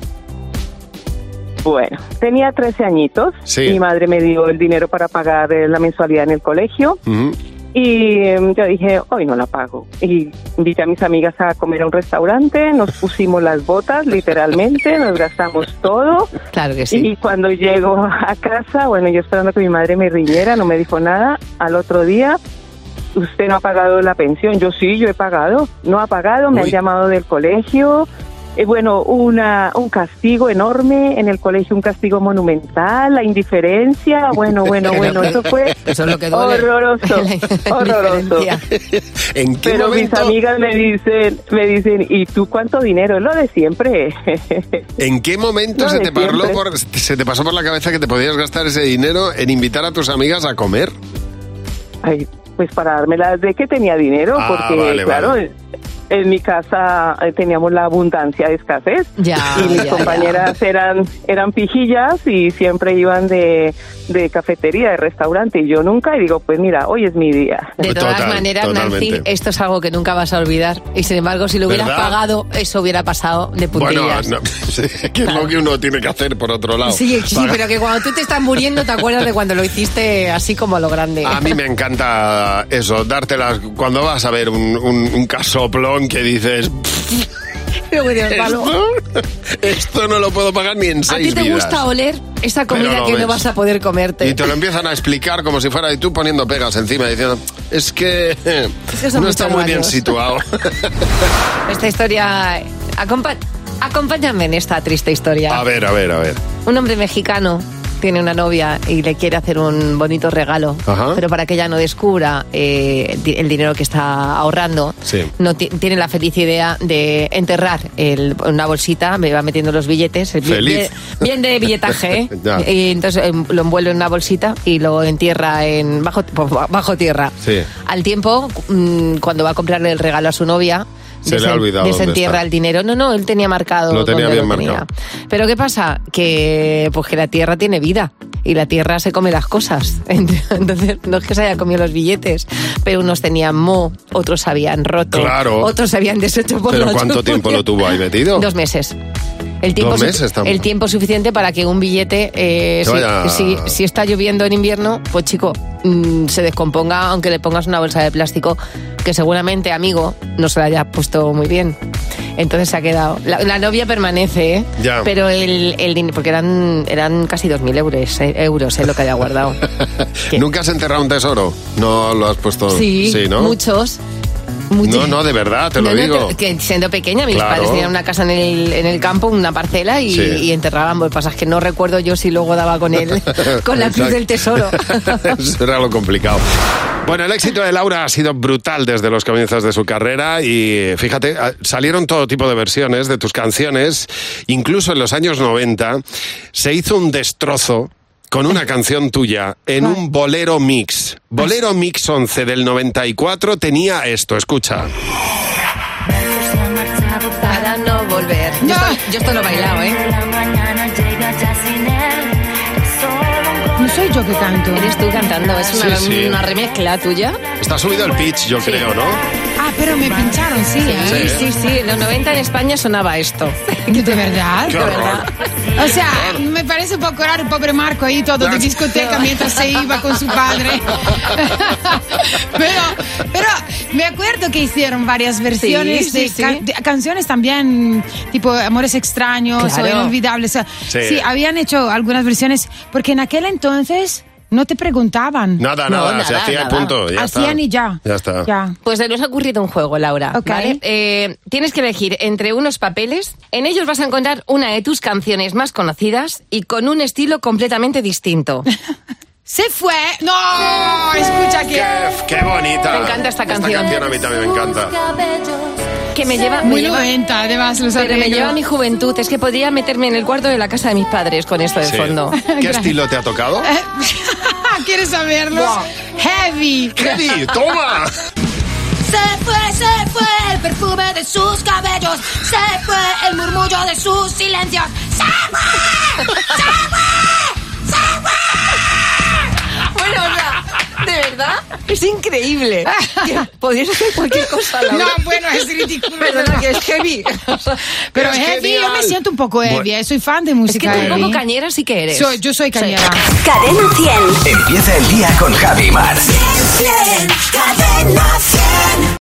S13: Bueno, tenía 13 añitos.
S3: Sí.
S13: Mi madre me dio el dinero para pagar eh, la mensualidad en el colegio.
S3: Ujú.
S13: Y eh, yo dije, hoy no la pago. Y invité a mis amigas a comer a un restaurante, nos pusimos las botas, literalmente, nos gastamos todo.
S4: Claro que
S13: sí. Y cuando llego a casa, bueno, yo esperando que mi madre me riñera, no me dijo nada. Al otro día, usted no ha pagado la pensión. Yo sí, yo he pagado. No ha pagado, me han llamado del colegio. Eh, bueno, una, un castigo enorme en el colegio, un castigo monumental, la indiferencia. Bueno, bueno, bueno, eso fue
S4: Eso es lo que duele.
S13: horroroso, horroroso.
S3: ¿En qué
S13: Pero mis
S3: momento?
S13: amigas me dicen, me dicen, ¿y tú cuánto dinero? Es lo de siempre.
S3: ¿En qué momento
S13: No,
S3: se,
S13: de
S3: te parló
S13: siempre.
S3: por- se te pasó por la cabeza que te podías gastar ese dinero en invitar a tus amigas a comer?
S13: Ay, pues para dármela de que tenía dinero,
S3: Ah,
S13: porque
S3: vale,
S13: claro,
S3: vale.
S13: en mi casa eh, teníamos la abundancia de escasez.
S4: Ya,
S13: y mis
S4: ya, ya.
S13: compañeras eran eran pijillas y siempre iban de, de cafetería, de restaurante, y yo nunca, y digo, pues mira, hoy es mi día.
S4: De todas maneras, Nancy,
S13: totalmente.
S4: esto es algo que nunca vas a olvidar. Y sin embargo, si lo hubieras
S3: ¿Verdad?
S4: pagado, eso hubiera pasado de
S3: Bueno,
S4: puntillas.
S3: no, sí, que es lo que uno tiene que hacer por otro lado.
S4: Sí, sí,
S3: Pagar-
S4: pero que cuando tú te estás muriendo te acuerdas de cuando lo hiciste así como a lo grande.
S3: A mí me encanta eso, dártelas cuando vas a ver un, un- un casoplón que dices,
S4: Pero que Dios, Pablo,
S3: esto, esto no lo puedo pagar ni en
S4: ¿A ti
S3: seis
S4: te
S3: vidas.
S4: gusta oler esa
S3: Pero
S4: comida
S3: lo
S4: que
S3: ves.
S4: no vas a poder comerte?
S3: Y te lo empiezan a explicar como si fuera y tú poniendo pegas encima diciendo, es que
S4: que son
S3: no está
S4: muchos
S3: muy bien
S4: baños".
S3: situado.
S4: Esta historia... acompa- acompáñame en esta triste historia.
S3: A ver, a ver, a ver.
S4: Un hombre mexicano tiene una novia y le quiere hacer un bonito regalo,
S3: Ajá.
S4: pero para que ella no descubra eh, di- el dinero que está ahorrando,
S3: Sí.
S4: no ti- tiene la feliz idea de enterrar el- una bolsita, me va metiendo los billetes, el bi-
S3: Feliz.
S4: bien, bien de billetaje, ¿eh?
S3: Ya.
S4: y entonces em, lo envuelve en una bolsita y lo entierra en bajo, pues, bajo tierra.
S3: Sí.
S4: Al tiempo, mm, cuando va a comprarle el regalo a su novia,
S3: Se le ha olvidado dónde
S4: desentierra
S3: está.
S4: el dinero. No, no, él tenía marcado.
S3: Lo tenía
S4: dónde
S3: bien marcado.
S4: Pero ¿qué pasa? Que pues que la tierra tiene vida y la tierra se come las cosas. Entonces, no es que se haya comido los billetes, pero unos tenían mo, otros se habían roto,
S3: Claro.
S4: otros se habían deshecho por
S3: Pero
S4: la
S3: ¿cuánto
S4: lluvia.
S3: tiempo lo tuvo ahí metido?
S4: Dos meses. El tiempo,
S3: Dos
S4: su-
S3: meses también.
S4: el tiempo suficiente para que un billete, eh,
S3: Que
S4: si-
S3: vaya-
S4: si, si está lloviendo en invierno, pues chico, mm, se descomponga aunque le pongas una bolsa de plástico que seguramente, amigo, no se la haya puesto muy bien. Entonces se ha quedado. La, la novia permanece, ¿eh?
S3: Ya.
S4: Pero el, el dinero, porque eran, eran casi 2.000 euros, eh, euros eh, lo que había guardado.
S3: ¿Nunca has enterrado un tesoro? No lo has puesto.
S4: Sí,
S3: ¿no?
S4: muchos.
S3: No, no, de verdad, te lo
S4: No, no,
S3: digo.
S4: pero que siendo pequeña, mis
S3: Claro.
S4: padres tenían una casa en el, en el campo, una parcela, y,
S3: Sí.
S4: y enterraban. Pues pasas que no recuerdo yo si luego daba con él, con la cruz
S3: Exacto.
S4: del tesoro.
S3: Eso Pues era lo complicado. Bueno, el éxito de Laura ha sido brutal desde los comienzos de su carrera y fíjate, ah, salieron todo tipo de versiones de tus canciones. Incluso en los años 90 se hizo un destrozo con una canción tuya en un bolero mix. Bolero Mix 11 del 94 tenía esto, escucha.
S4: Para no volver. Yo, esto, yo esto lo he bailado, ¿eh?
S14: No soy yo que canto.
S4: Eres tú cantando, es una,
S3: Sí, sí.
S4: una remezcla tuya.
S3: Está subido el pitch, yo creo, ¿no?
S14: Ah, pero me pincharon, sí.
S4: Sí,
S14: ¿eh?
S4: sí, sí, en los 90 en España sonaba esto.
S14: ¿De verdad?
S4: Qué
S14: ¿De
S4: horror.
S14: verdad? O sea, me parece un poco raro, pobre Marco ahí todo de discoteca mientras se iba con su padre. pero, pero me acuerdo que hicieron varias versiones
S4: Sí, sí,
S14: de,
S4: sí.
S14: ca- de canciones también, tipo Amores extraños
S4: Claro.
S14: o Inolvidables. O sea,
S4: Sí.
S14: sí, habían hecho algunas versiones, porque en aquel entonces No te preguntaban.
S3: Nada,
S14: No,
S3: nada, se
S4: nada,
S3: hacía
S4: nada.
S3: el punto. Ya
S4: Hacían
S3: está.
S4: y ya.
S3: Ya está.
S4: Pues se nos ha ocurrido un juego, Laura.
S14: Ok.
S4: ¿vale? Eh, tienes que elegir entre unos papeles. En ellos vas a encontrar una de tus canciones más conocidas y con un estilo completamente distinto.
S14: Se fue. No, escucha que.
S3: Qué bonita.
S4: Me encanta esta canción.
S3: Esta canción a mí también me encanta.
S4: Que me lleva.
S14: Muy
S4: me lleva-
S14: noventa, además, los
S4: Pero me
S14: arreglos.
S4: lleva a mi juventud. Es que podría meterme en el cuarto de la casa de mis padres con esto de
S3: Sí.
S4: fondo.
S3: ¿Qué estilo te ha tocado?
S14: ¿Quieres saberlo? Heavy.
S3: Heavy, toma.
S15: Se fue, se fue el perfume de sus cabellos. Se fue el murmullo de sus silencios. Se fue, se fue, se fue.
S4: Bueno, o sea, de verdad, es increíble. Que Podrías hacer cualquier cosa, Laura.
S14: No, bueno, es ridículo.
S4: Perdona, que es heavy.
S14: Pero heavy, yo me siento un poco heavy. eh, Soy fan de música.
S4: tú como
S14: heavy.
S4: cañera sí que eres.
S14: Soy- yo soy cañera.
S1: Cadena 100.
S2: Empieza el día con Javi Mar.
S1: Cadena 100.